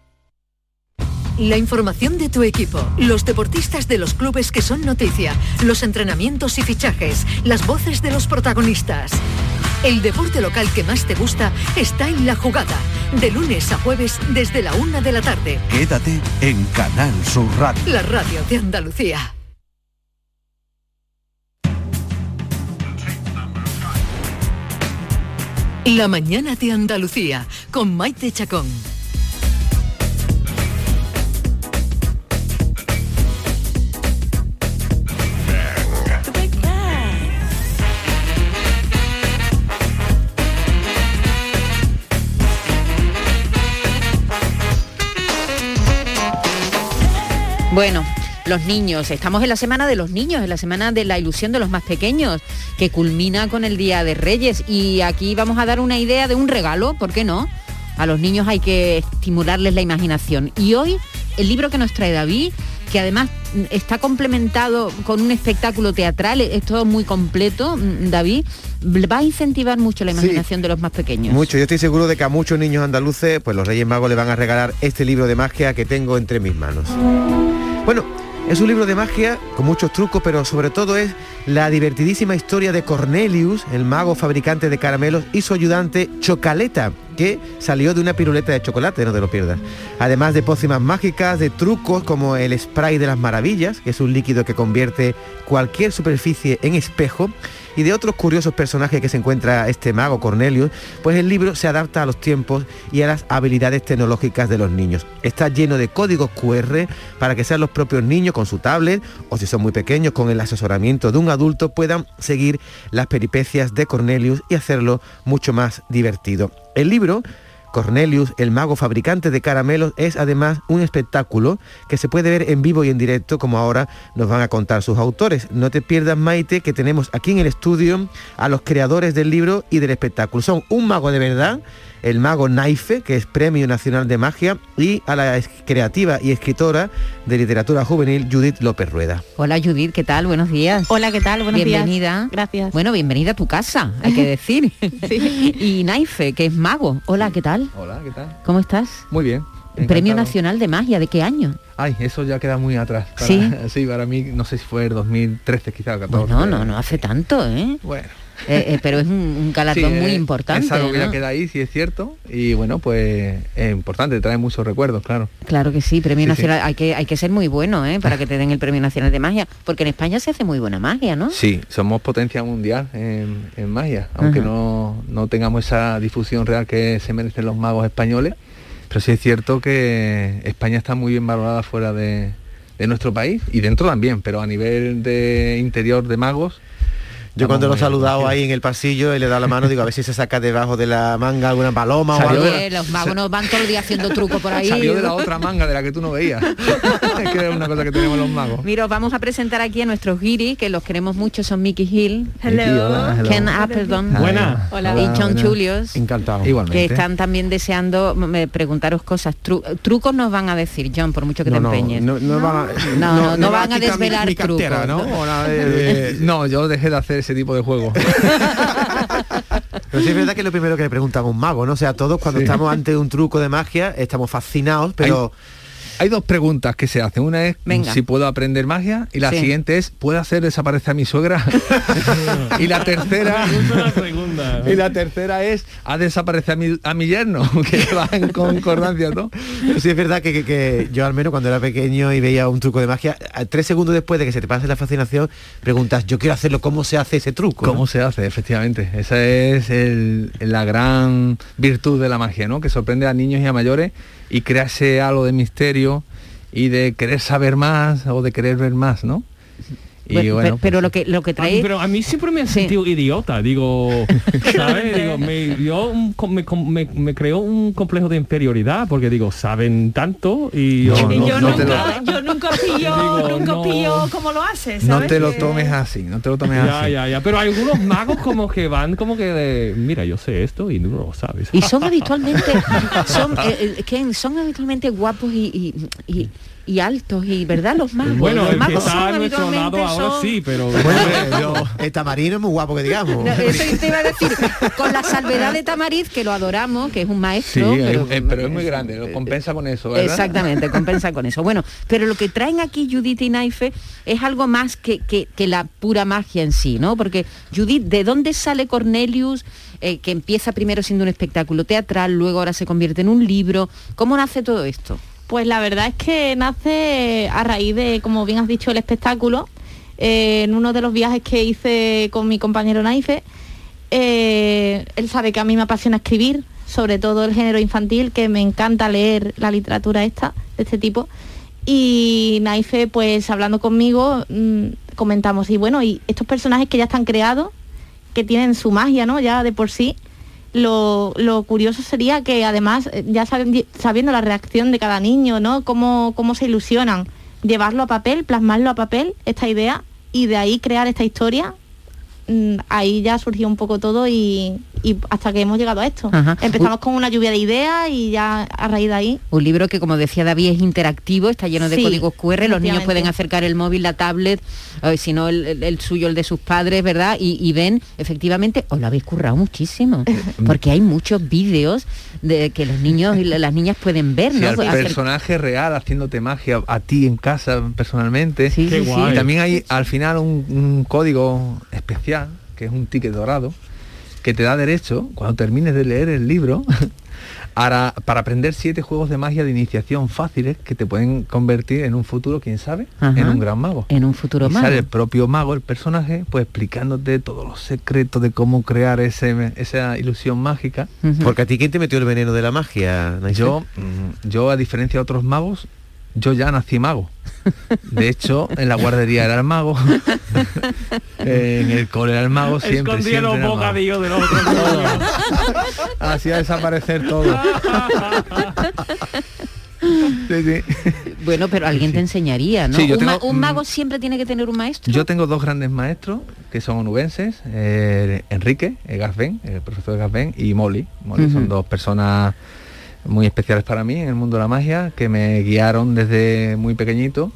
La información de tu equipo, los deportistas de los clubes que son noticia, los entrenamientos y fichajes, las voces de los protagonistas. El deporte local que más te gusta está en la jugada, de lunes a jueves desde la una de la tarde.
Quédate en Canal Sur Radio.
La radio de Andalucía. La mañana de Andalucía con Maite Chacón.
Bueno, los niños, estamos en la semana de los niños, en la semana de la ilusión de los más pequeños, que culmina con el Día de Reyes. Y aquí vamos a dar una idea de un regalo, ¿por qué no? A los niños hay que estimularles la imaginación. Y hoy el libro que nos trae David, que además mm, está complementado con un espectáculo teatral, es todo muy completo, mm, David, va a incentivar mucho la imaginación de los más pequeños.
Mucho, yo estoy seguro de que a muchos niños andaluces, pues los Reyes Magos le van a regalar este libro de magia que tengo entre mis manos. Bueno, es un libro de magia con muchos trucos, pero sobre todo es la divertidísima historia de Cornelius, el mago fabricante de caramelos, y su ayudante Chocaleta, que salió de una piruleta de chocolate, no te lo pierdas. Además de pócimas mágicas, de trucos como el spray de las maravillas, que es un líquido que convierte cualquier superficie en espejo, y de otros curiosos personajes que se encuentra este mago Cornelius, pues el libro se adapta a los tiempos y a las habilidades tecnológicas de los niños. Está lleno de códigos QR para que sean los propios niños con su tablet o si son muy pequeños con el asesoramiento de un adulto puedan seguir las peripecias de Cornelius y hacerlo mucho más divertido. El libro Cornelius, el mago fabricante de caramelos, es además un espectáculo que se puede ver en vivo y en directo, como ahora nos van a contar sus autores. No te pierdas, Maite, que tenemos aquí en el estudio a los creadores del libro y del espectáculo. Son un mago de verdad, el mago Naife, que es Premio Nacional de Magia, y a la es- creativa y escritora de literatura juvenil Judith López Rueda.
Hola Judith, ¿qué tal? Buenos días.
Hola, ¿qué tal? Buenos días.
bienvenida.
Gracias.
Bueno, bienvenida a tu casa,
[laughs]
hay que decir. [laughs] Y Naife, que es mago. Hola, ¿qué tal?
Hola, ¿qué tal?
¿Cómo estás?
Muy bien.
Premio
encantado.
Nacional de Magia, ¿de qué año?
Ay, eso ya queda muy atrás. Para-
¿Sí?
[laughs] sí, para mí, no sé si fue el 2013 quizás, 14.
No, no, no hace tanto, ¿eh?
Bueno.
Eh, eh, pero es un, un
Sí,
galardón muy
eh,
importante.
Es algo que ya
¿no?
queda ahí, sí es cierto. Y bueno, pues es importante, trae muchos recuerdos, claro.
Claro que sí,
Sí,
Premio
Ah. sí.
Nacional, Hay, que, hay que ser muy bueno, ¿eh? Para que te den el Premio Nacional de Magia, porque en España se hace muy buena magia, ¿no?
Sí, somos potencia mundial en, en magia, aunque
Ajá.
no, no tengamos esa difusión real que se merecen los magos españoles, pero sí es cierto que España está muy bien valorada fuera de, de nuestro país y dentro también, pero a nivel de interior de magos eh,
Yo cuando lo he saludado ahí en el pasillo y le he dado la mano, digo, a ver si se saca debajo de la manga alguna paloma o algo.
Oye, los magos nos van todos los días haciendo truco por ahí.
Salió de la otra manga de la que tú no veías. [laughs] es que es una cosa que tenemos los magos.
Mira, os vamos a presentar aquí a nuestros guiris, que los queremos mucho, son Mickey Hill,
Hello. Mickey, hola, hello.
Ken Appleton,
Buena.
Ah, Hola.
Hola,
y John
buena.
Julius,
Encantado.
que están también deseando mm, preguntaros cosas. Tru- eh, trucos nos van a decir, John, por mucho que
No,
te
no,
empeñes.
no, no van a-
No, no,
no,
no
no van
van
a quitar
a
mi-
desvelar
mi cartera,
trucos.
¿no? O la
Eh,
no, yo dejé de hacer ese tipo de
[laughs]
juegos.
Pero sí es verdad que lo primero que le preguntan a un mago, ¿no? O sea, todos cuando estamos ante un truco de magia, estamos fascinados, pero...
Hay dos preguntas que se hacen. Una es
Venga.
si puedo aprender magia y la
Sí.
siguiente es ¿puedo hacer desaparecer a mi
[laughs]
suegra? y la tercera
[laughs]
y la tercera es ¿ha desaparecido a mi, a mi yerno? [laughs] que va en concordancia, ¿no?
Sí, es verdad que, que- que yo al menos cuando era pequeño y veía un truco de magia, a- tres segundos después de que se te pase la fascinación, preguntas, yo quiero hacerlo, ¿cómo se hace ese truco?
¿Cómo se hace? Efectivamente. Esa es el- la gran virtud de la magia, ¿no? Que sorprende a niños y a mayores y crea ese halo de misterio y de querer saber más o de querer ver más, ¿no? Y
Pe- pe-
bueno, pues
pero lo que lo que
A mí-
trae
pero a mí siempre me he sentido idiota, digo,
[laughs]
¿sabes? Digo, me, dio un co- me, com- me- me creó un complejo de inferioridad porque digo, saben tanto y yo,
Y
no,
yo,
no te lo-
nunca, yo
[laughs]
nunca pillo,
Digo,
nunca
no.
pillo cómo lo haces,
no
¿sabes?
te lo
Que-
tomes así, no te lo tomes
Ya,
así.
ya, ya. Pero algunos magos como que van como que de, mira, yo sé esto y no lo sabes. [laughs]
y
[laughs]
son habitualmente son eh, eh, Ken, son habitualmente guapos y, y- y- y altos y verdad los magos
Bueno,
eh.
el
los
que
magos son
está a nuestro lado
habitualmente
ahora
son-
sí, pero... [laughs]
El tamarino es muy guapo que digamos.
No, eso te iba a decir con la salvedad de Tamariz que lo adoramos que es un
Sí,
maestro
es- eh,
pero-
pero, es muy grande, lo compensa con eso, ¿verdad?
Exactamente, compensa con eso. Bueno, pero lo que traen aquí Judith y Naife es algo más que, que- que la pura magia en sí, ¿no? Porque Judith, ¿de dónde sale Cornelius, eh, que empieza primero siendo un espectáculo teatral, luego ahora se convierte en un libro? ¿Cómo nace todo esto?
Pues la verdad es que nace a raíz de, como bien has dicho, el espectáculo. Eh, en uno de los viajes que hice con mi compañero Naife, eh, él sabe que a mí me apasiona escribir, sobre todo el género infantil, que me encanta leer la literatura esta, de este tipo. Y Naife, pues hablando conmigo, mm, comentamos, y bueno, y estos personajes que ya están creados, que tienen su magia, ¿no? Ya de por sí. Lo, lo curioso sería que además, eh, ya saben- sabiendo la reacción de cada niño, ¿no? Cómo, cómo se ilusionan, llevarlo a papel, plasmarlo a papel, esta idea, y de ahí crear esta historia, mm, ahí ya surgió un poco todo y, y hasta que hemos llegado a esto.
Ajá.
Empezamos con una lluvia de ideas y ya a raíz de ahí
Un libro que, como decía David, es interactivo, está lleno de
Sí,
códigos QR, los niños
efectivamente.
pueden acercar el móvil, la tablet, eh, si no el, el- el suyo, el de sus padres, ¿verdad? Y, y ven, efectivamente, os lo habéis
[laughs]
currado muchísimo, porque hay muchos vídeos de que los niños y la- las niñas pueden ver,
Sí,
¿no?
al
Pues hacer-
personaje real haciéndote magia a ti en casa personalmente.
Sí, Qué sí, sí. guay.
Y también hay al final un, un código especial, que es un ticket dorado, que te da derecho, cuando termines de leer el libro, [laughs] para, para aprender siete juegos de magia de iniciación fáciles que te pueden convertir en un futuro, quién sabe,
Ajá.
en un gran mago.
En un futuro
Y
mago.
sale el propio mago, el personaje, pues explicándote todos los secretos de cómo crear ese- esa ilusión mágica.
Porque a ti, ¿quién te metió el veneno de la magia, Naisel?
Yo, mm, yo a diferencia de otros magos, yo ya nací mago. De hecho, en la guardería era el
[laughs]
mago, en el cole era el mago, siempre, siempre
Escondieron
era mago.
bocadillos de los otros.
Hacía desaparecer todo. Sí, sí.
Bueno, pero alguien te enseñaría, ¿no?
Sí, yo
un, ma-
tengo,
un
mm,
mago siempre tiene que tener un maestro.
Yo tengo dos grandes maestros que son onubenses, eh, Enrique eh, Garzben, el profesor Garzben, y Molly. Molly son
Ujú.
dos personas muy especiales para mí en el mundo de la magia, que me guiaron desde muy pequeñito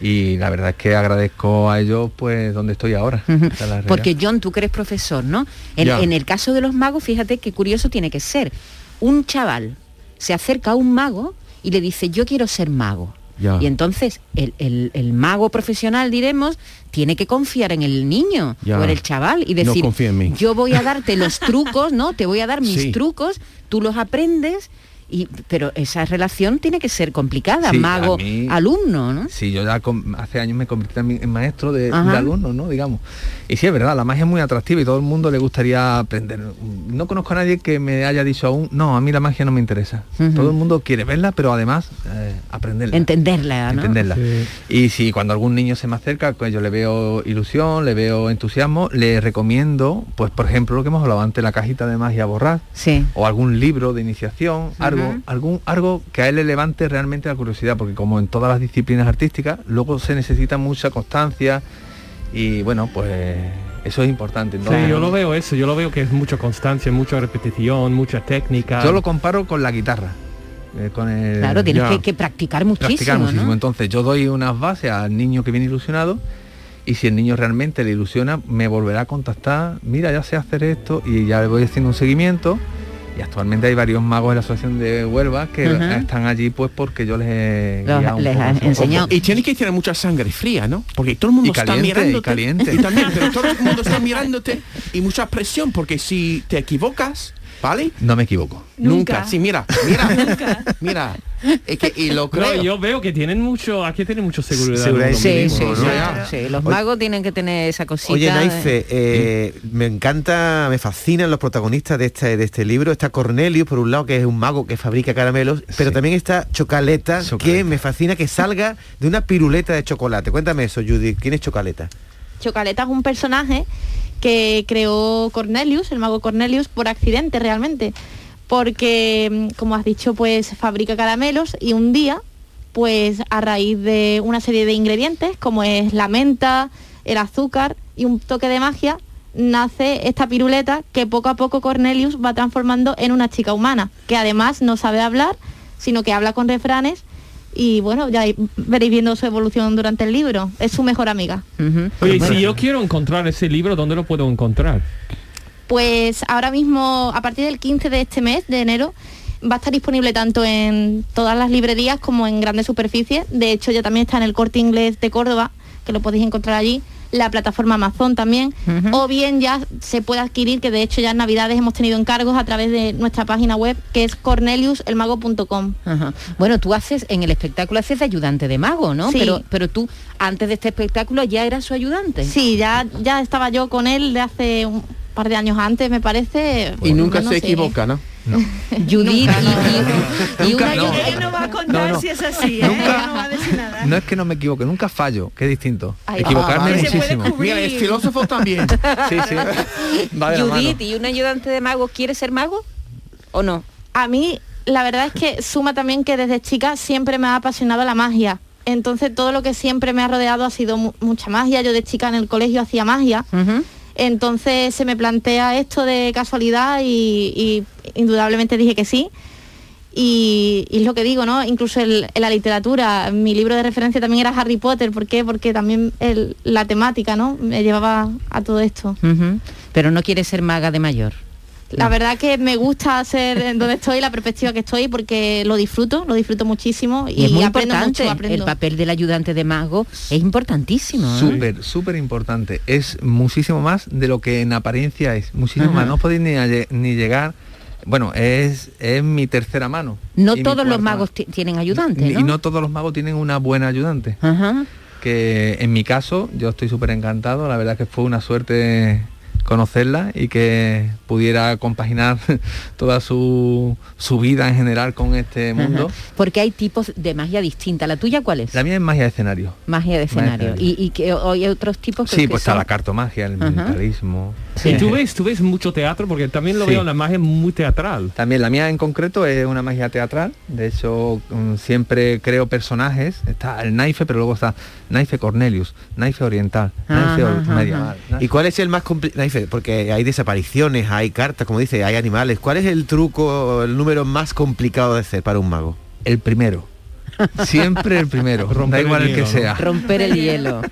y la verdad es que agradezco a ellos pues donde estoy ahora. Esa es la realidad.
Porque John, tú que eres profesor, ¿no? En,
Ya.
en el caso de los magos, fíjate qué curioso tiene que ser. Un chaval se acerca a un mago y le dice, yo quiero ser mago.
Ya.
Y entonces el, el- el mago profesional, diremos, tiene que confiar en el niño
Ya.
o en el chaval y
No
decir,
confía en mí. [laughs]
yo voy a darte los trucos, ¿no? Te voy a dar mis
Sí.
trucos, tú los aprendes Y, pero esa relación tiene que ser complicada,
Sí, a
mago,
mí-
alumno, ¿no?
Sí, yo ya con- hace años me convertí también en maestro de, de
Ajá.
alumnos, ¿no? Digamos. Y sí, es verdad, la magia es muy atractiva y todo el mundo le gustaría aprender. No conozco a nadie que me haya dicho aún, no, a mí la magia no me interesa.
Ujú.
Todo el mundo quiere verla, pero además eh, aprenderla.
Entenderla, ¿no?
Entenderla. Y si cuando algún niño se me acerca, pues yo le veo ilusión, le veo entusiasmo, le recomiendo, pues por ejemplo, lo que hemos hablado antes, la cajita de magia borrar,
Sí.
o algún libro de iniciación, algo,
Ujú.
algún, algo que a él le levante realmente la curiosidad, porque como en todas las disciplinas artísticas, luego se necesita mucha constancia y bueno, pues eso es importante. ¿no?
Sí, yo lo veo eso, yo lo veo que es mucha constancia, mucha repetición, mucha técnica.
Yo lo comparo con la guitarra. eh, con el-
Claro, tienes
Ya.
que, que practicar muchísimo,
practicar muchísimo.
¿no?
Entonces yo doy unas bases al niño que viene ilusionado y si el niño realmente le ilusiona, me volverá a contactar, mira, ya sé hacer esto y ya le voy haciendo un seguimiento. Y actualmente hay varios magos de la Asociación de Huelva que
Ajá.
están allí pues porque yo les he
Los-
guiado un
les
poco
has
en su-
enseñado.
Y tiene que tener mucha sangre fría, ¿no? Porque todo el mundo
Y caliente,
está mirándote.
y caliente.
[laughs] Y también, pero todo el mundo está mirándote y mucha presión, porque si te equivocas, ¿vale?
No me equivoco.
Nunca. Sí, mira,
[laughs]
mira,
[laughs]
mira. Es que, y lo creo.
No, yo veo que tienen mucho, aquí tienen mucho seguridad.
Seguridad
en uno
en sí
mismo,
mismo,
¿no?
¿no? Ya, ya.
Sí, los
Oye-
magos tienen que tener esa cosita.
Oye,
de-
Naife, eh, me encanta, me fascinan los protagonistas de este, de este libro. Está Cornelius, por un lado, que es un mago que fabrica caramelos, pero también está Chocaleta, que me fascina que salga de una piruleta de chocolate. Cuéntame eso, Judy. ¿Quién es Chocaleta?
Chocaleta es un personaje que creó Cornelius, el mago Cornelius, por accidente realmente. Porque, mm, como has dicho, pues fabrica caramelos y un día, pues a raíz de una serie de ingredientes, como es la menta, el azúcar y un toque de magia, nace esta piruleta que poco a poco Cornelius va transformando en una chica humana, que además no sabe hablar, sino que habla con refranes y bueno, ya veréis viendo su evolución durante el libro. Es su mejor amiga.
Oye, y si yo quiero encontrar ese libro, ¿dónde lo puedo encontrar?
Pues ahora mismo, a partir del 15 de este mes, de enero, va a estar disponible tanto en todas las librerías como en grandes superficies. De hecho, ya también está en el Corte Inglés de Córdoba, que lo podéis encontrar allí, la plataforma Amazon también, o bien ya se puede adquirir, que de hecho ya en Navidades hemos tenido encargos a través de nuestra página web, que es corneliuselmago.com.
Ajá. Bueno, tú haces en el espectáculo haces de ayudante de mago, ¿no?
Sí.
Pero pero tú antes de este espectáculo ya eras su ayudante.
Sí, ya, ya estaba yo con él de hace un par de años antes, me parece.
Y nunca
no
se
¿eh?
sé.
equivoca, ¿no?
Judith
[laughs]
y [laughs] Nunca, una no.
Ella no va a contar
No, no.
si es así, ¿eh? Ella no va a decir nada.
No es que no me equivoque, nunca fallo, que es distinto.
Ahí va.
Equivocarme
Ah, vale.
muchísimo.
Mira, es filósofo
[laughs]
también.
Sí, sí. Va de la mano.
Judith y un ayudante de mago, ¿quiere ser mago o no?
a mí la verdad es que suma también que desde chica siempre me ha apasionado la magia. Entonces todo lo que siempre me ha rodeado ha sido mu- mucha magia. Yo de chica en el colegio hacía magia. Entonces se me plantea esto de casualidad y, y indudablemente dije que sí. Y, y es lo que digo, ¿no? Incluso el- en la literatura, mi libro de referencia también era Harry Potter. ¿Por qué? Porque también el- la temática, ¿no? Me llevaba a todo esto.
Ujú. Pero no quiere ser maga de mayor.
La verdad que me gusta ser en donde estoy, la perspectiva que estoy, porque lo disfruto, lo disfruto muchísimo y,
Y, es muy
aprendo mucho,
importante. el
aprendo.
papel del ayudante de mago es importantísimo. ¿eh?
Súper, súper importante. Es muchísimo más de lo que en apariencia es. Muchísimo
Ajá.
más. No podéis ni, alle- ni llegar. Bueno, es, es mi tercera mano.
No
Y mi
todos los
cuarta
magos ti- tienen ayudante,
Ni-
¿no?
Y no todos los magos tienen una buena ayudante. Que en mi caso, yo estoy súper encantado, la verdad que fue una suerte conocerla y que pudiera compaginar [laughs] toda su, su vida en general con este
Ajá.
mundo.
Porque hay tipos de magia distinta. ¿La tuya cuál es?
La mía es magia de escenario.
Magia de escenario.
escenario.
Y, y que o- hay otros tipos que,
Sí,
que
pues está
son-
la cartomagia, el
Ajá.
mentalismo.
¿Y tú ves, tú ves mucho teatro? Porque también lo
Sí.
veo en la imagen muy teatral.
También la mía en concreto es una magia teatral. De hecho, mm, siempre creo personajes. Está el Naife, pero luego está Naife Cornelius, Naife Oriental, Naife or- Medieval.
¿Y cuál es el más complicado? Porque hay desapariciones, hay cartas, como dice, hay animales. ¿Cuál es el truco, el número más complicado de hacer para un mago?
El
[laughs]
primero. Siempre el primero, da igual el, que sea.
Romper el hielo.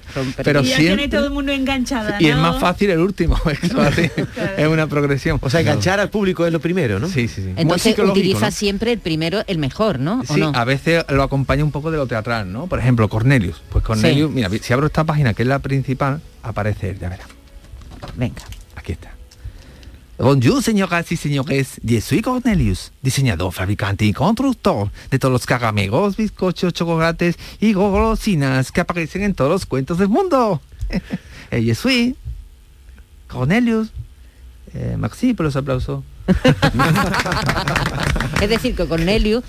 Pero
y ya
siempre,
tiene todo el mundo enganchada,
y es
¿no?
más fácil el último, [laughs] es, así, es una progresión. O
sea, enganchar al público es lo primero, ¿no?
Sí, sí, sí.
Entonces utiliza siempre el primero, el mejor, ¿no? ¿O
Sí,
no?
a veces lo acompaña un poco de lo teatral, ¿no? Por ejemplo, Cornelius. Pues Cornelius,
Sí.
mira, si abro esta página, que es la principal, aparece él, ya verá.
Venga.
Aquí está. Bonjour, señoras y señores. Yo soy Cornelius, diseñador, fabricante y constructor de todos los caramelos, bizcochos, chocolates y golosinas que aparecen en todos los cuentos del mundo. [laughs] Eh, Yo soy Cornelius. Eh, merci por los aplausos.
Es decir, que Cornelius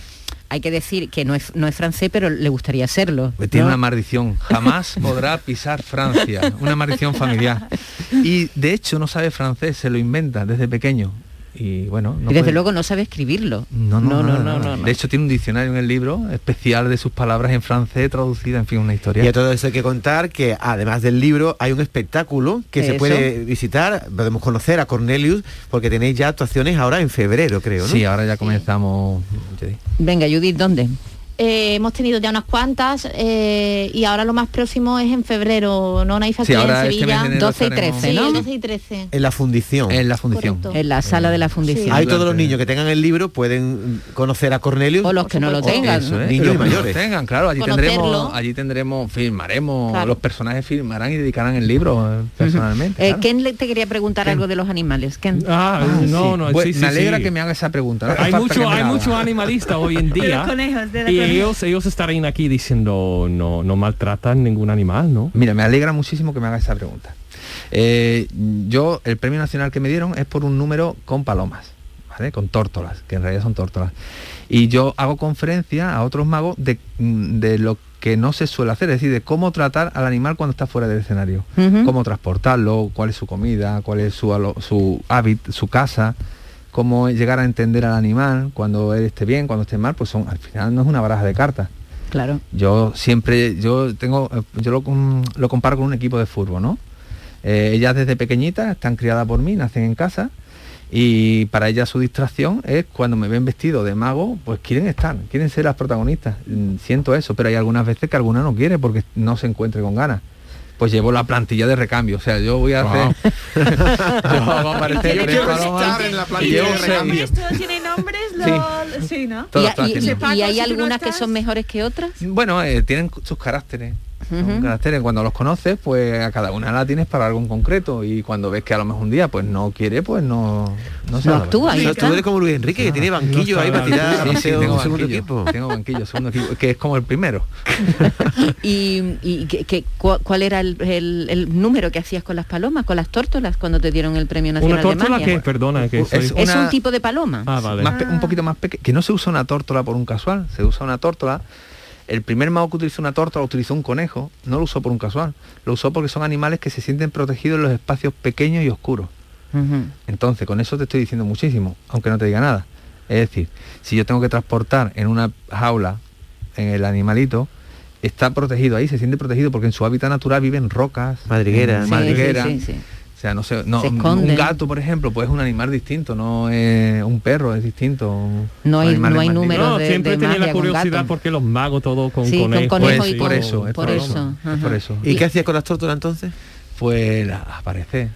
hay que decir que no es, no es francés, pero le gustaría serlo.
Pues Tiene
¿no?
una maldición. Jamás podrá pisar Francia. Una maldición familiar. Y de hecho no sabe francés, se lo inventa desde pequeño. Y bueno, no
y desde
puede-
luego no sabe escribirlo.
No, no,
no,
nada, nada. De hecho tiene un diccionario en el libro especial de sus palabras en francés traducida, en fin, una historia.
Y a todo eso hay que contar que además del libro hay un espectáculo que se
Eso.
puede visitar, podemos conocer a Cornelius porque tenéis ya actuaciones ahora en febrero, creo, ¿no?
Sí, ahora ya comenzamos.
Venga, Judith, ¿dónde?
Eh, hemos tenido ya unas cuantas eh, y ahora lo más próximo es en febrero, ¿no? Naifa,
Sí,
que
ahora
en
este mes
Sevilla.
de enero 12 y 13,
Sí,
¿no?
12 y 13.
En la fundición.
En la fundición.
En la sala de la fundición.
Ahí todos los niños que tengan el libro pueden conocer a Cornelius. O
los que no lo tengan,
Eso, ¿eh?
Niños
Los
y
que
mayores.
los tengan, claro, allí
Conocerlo.
tendremos, allí tendremos, filmaremos,
Claro.
los personajes filmarán y dedicarán el libro eh, personalmente.
Eh, Ken le- te quería preguntar algo de los animales. Ken.
Ah, no, no,
Bueno,
sí, sí,
me alegra
sí.
que me haga esa pregunta. no hace
Hay
falta que
mucho,
me
hay
la haga.
mucho animalista hoy en
De
día.
los conejos, de los
y
conejos.
ellos, ellos estarán aquí diciendo no, no maltratan ningún animal, ¿no?
Mira, me alegra muchísimo que me haga esa pregunta. Eh, yo, el premio nacional que me dieron es por un número con palomas, ¿vale? Con tórtolas, que en realidad son tórtolas. Y yo hago conferencia a otros magos de, mm, de lo que no se suele hacer, es decir, de cómo tratar al animal cuando está fuera del escenario.
Ujú.
Cómo transportarlo, cuál es su comida, cuál es su, alo- su hábit, su casa, cómo llegar a entender al animal cuando él esté bien, cuando esté mal, pues son, al final no es una baraja de cartas
Claro.
yo siempre yo tengo eh, yo lo, com- lo comparo con un equipo de fútbol no Eh, ellas desde pequeñitas están criadas por mí nacen en casa y para ellas su distracción es cuando me ven vestido de mago pues quieren estar quieren ser las protagonistas Mm, siento eso pero hay algunas veces que alguna no quiere porque no se encuentre con ganas pues llevo la plantilla de recambio, o sea, yo voy a hacer... [laughs] yo voy a aparecer
Yo
tres
quiero
palomas
estar
y
en la
llevo
plantilla de
seis.
recambio. ¿Esto tiene nombres? Lo- Sí, ¿no?
Y,
Todas, todas
y-
tienen.
y hay algunas que son mejores que otras.
Bueno, eh, tienen sus caracteres. son
Ujú.
caracteres. Cuando los conoces, pues a cada una la tienes para algo en concreto. Y cuando ves que a lo mejor un día pues no quiere, pues no, no
No
la
actúa,
verdad.
y ya está. Tú eres como Luis Enrique, que tiene banquillo
Ah, está
ahí para
la-
tirar
Sí, sí,
paseo
tengo
un segundo
banquillo, Tengo banquillo, segundo equipo, que es como el primero.
¿Y, y que- que- cua- cuál era el, el- el número que hacías con las palomas, con las tórtolas, cuando te dieron el Premio Nacional
¿Una tórtola
de Magia?
qué? Ah,
Eh, Perdona, que
Es
soy-
Es
Una-
un tipo de paloma.
Más pe-
Ah.
un poquito más pequeño. Que no se usa una tórtola por un casual, se usa una tórtola. El primer mago que utilizó una tórtola utilizó un conejo, no lo usó por un casual, lo usó porque son animales que se sienten protegidos en los espacios pequeños y oscuros. Entonces, con eso te estoy diciendo muchísimo, aunque no te diga nada. Es decir, si yo tengo que transportar en una jaula, en el animalito, está protegido ahí, se siente protegido porque en su hábitat natural viven rocas,
Madrigueras.
en
Sí,
madrigueras.
sí, sí, sí.
O sea, no sé, no,
Se
un
esconden.
gato, por ejemplo, pues es un animal distinto, no es un perro, es distinto.
No
Son
hay-
animales
no hay
más
número
distintos.
de-
Siempre
de
tenía la
magia con
curiosidad
gato.
porque los magos todos con
Sí, con
conejos.
conejo
Pues
y
sí,
con-
por eso, es
por
por
eso,
eso, es
ajá.
por eso.
¿Y qué hacías con las tórtolas entonces?
Pues la- aparece.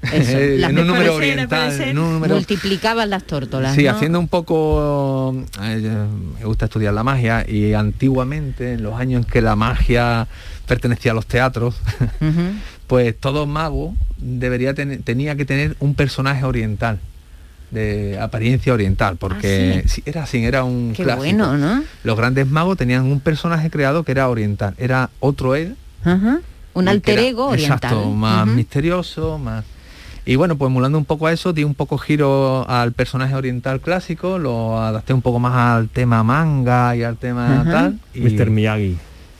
Ah,
[laughs]
Eso, las
eh, en un número
aparecen,
oriental,
aparecen.
en un número
Multiplicaban las tórtolas.
Sí,
¿no?
haciendo un poco... eh, me gusta estudiar la magia y antiguamente, en los años en que la magia pertenecía a los teatros, [laughs] pues todo mago debería tener, tenía que tener un personaje oriental, de apariencia oriental, porque
¿Ah,
sí,
sí.
era así, era un
Qué
clásico.
bueno, ¿no?
Los grandes magos tenían un personaje creado que era oriental, era otro él
Ajá. Un
que
alter
era-
ego oriental.
Exacto, más
Ujú.
misterioso, más... Y bueno, pues emulando un poco a eso, di un poco giro al personaje oriental clásico, lo adapté un poco más al tema manga y al tema
Ajá.
tal. Y...
Mr. Miyagi.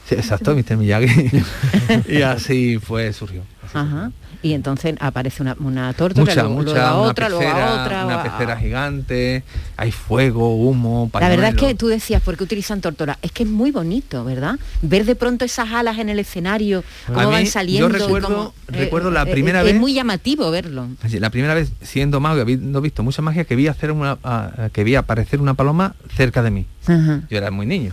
Sí, exacto, Mr.
[laughs]
Miyagi. [laughs] y así fue, surgió.
Ajá. Y entonces aparece una, una tórtola,
mucha,
luego,
mucha,
luego a
una
otra, luego
pecera,
a otra.
una
luego a-
pecera gigante, hay fuego, humo,
La verdad es
pañuelo.
que tú decías, ¿por qué utilizan tórtola? Es que es muy bonito, ¿verdad? Ver de pronto esas alas en el escenario,
A
cómo van
mí,
saliendo.
yo
y
recuerdo-
cómo-
recuerdo la
eh, eh,
primera
es,
vez-
muy llamativo verlo.
Oye, La primera vez siendo mago y habiendo visto mucha magia que vi hacer una a- a- que vi aparecer una paloma cerca de mí. Yo era muy niño.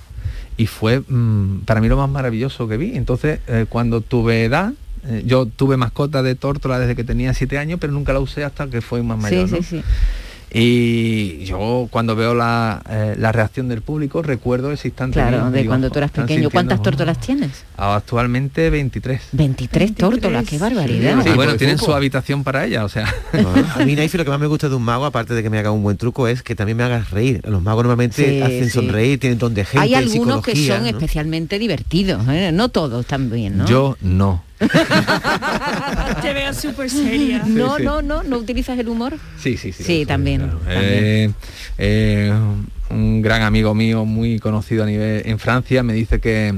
Y fue mm, para mí lo más maravilloso que vi. Entonces, eh, cuando tuve edad, eh, yo tuve mascota de tórtola desde que tenía siete años, pero nunca la usé hasta que fue más mayor.
sí,
¿no?
sí, sí.
Y yo cuando veo la, eh, la reacción del público recuerdo ese instante.
Claro,
mío,
de
digo, "Oh,
cuando tú eras
"Están
pequeño. ¿Cuántas
sintiendo-
tórtolas tienes?
Ah, Actualmente 23.
23 tórtolas, qué barbaridad.
Sí, bueno, tienen su habitación para ella, o sea.
A mí, Naifi, lo que más me gusta de un mago, aparte de que me haga un buen truco, es que también me hagas reír. Los magos normalmente
Sí,
hacen
sí.
sonreír, tienen don de gente,
Hay algunos que
psicología,
son
¿no?
especialmente divertidos, ¿eh? no todos también, ¿no?
Yo no.
Te veo súper seria.
Sí, No,
sí.
no, no, no utilizas el humor.
Sí, sí, sí.
Sí, también.
Eh, eh, un gran amigo mío, muy conocido a nivel en Francia, me dice que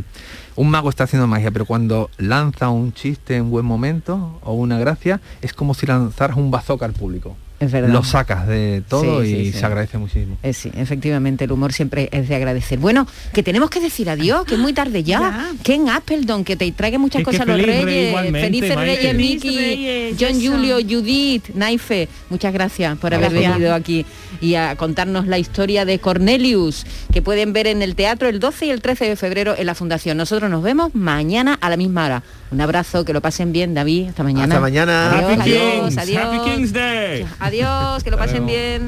un mago está haciendo magia, pero cuando lanza un chiste en buen momento o una gracia, es como si lanzaras un bazooka al público.
Es verdad.
Lo sacas de todo
Sí, sí,
y
sí.
se agradece muchísimo.
Eh, sí, efectivamente, el humor siempre es de agradecer. Bueno, que tenemos que decir adiós, que es muy tarde ya. Que en Appleton, que te traiga muchas
Que- que
cosas los
feliz rey
reyes.
igualmente,
Felices
Maite.
reyes,
Feliz
Miki,
reyes,
John
Jason.
Julio, Judith, Naife. Muchas gracias por haber
Gracias.
venido aquí y a contarnos la historia de Cornelius, que pueden ver en el teatro el 12 y el 13 de febrero en la Fundación. Nosotros nos vemos mañana a la misma hora. Un abrazo, que lo pasen bien, David. Hasta mañana.
Hasta mañana.
Adiós,
Happy
adiós,
Kings,
adiós.
Happy Kings
Day.
Adiós, que lo pasen bien.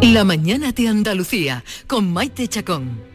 La mañana de Andalucía con Maite Chacón.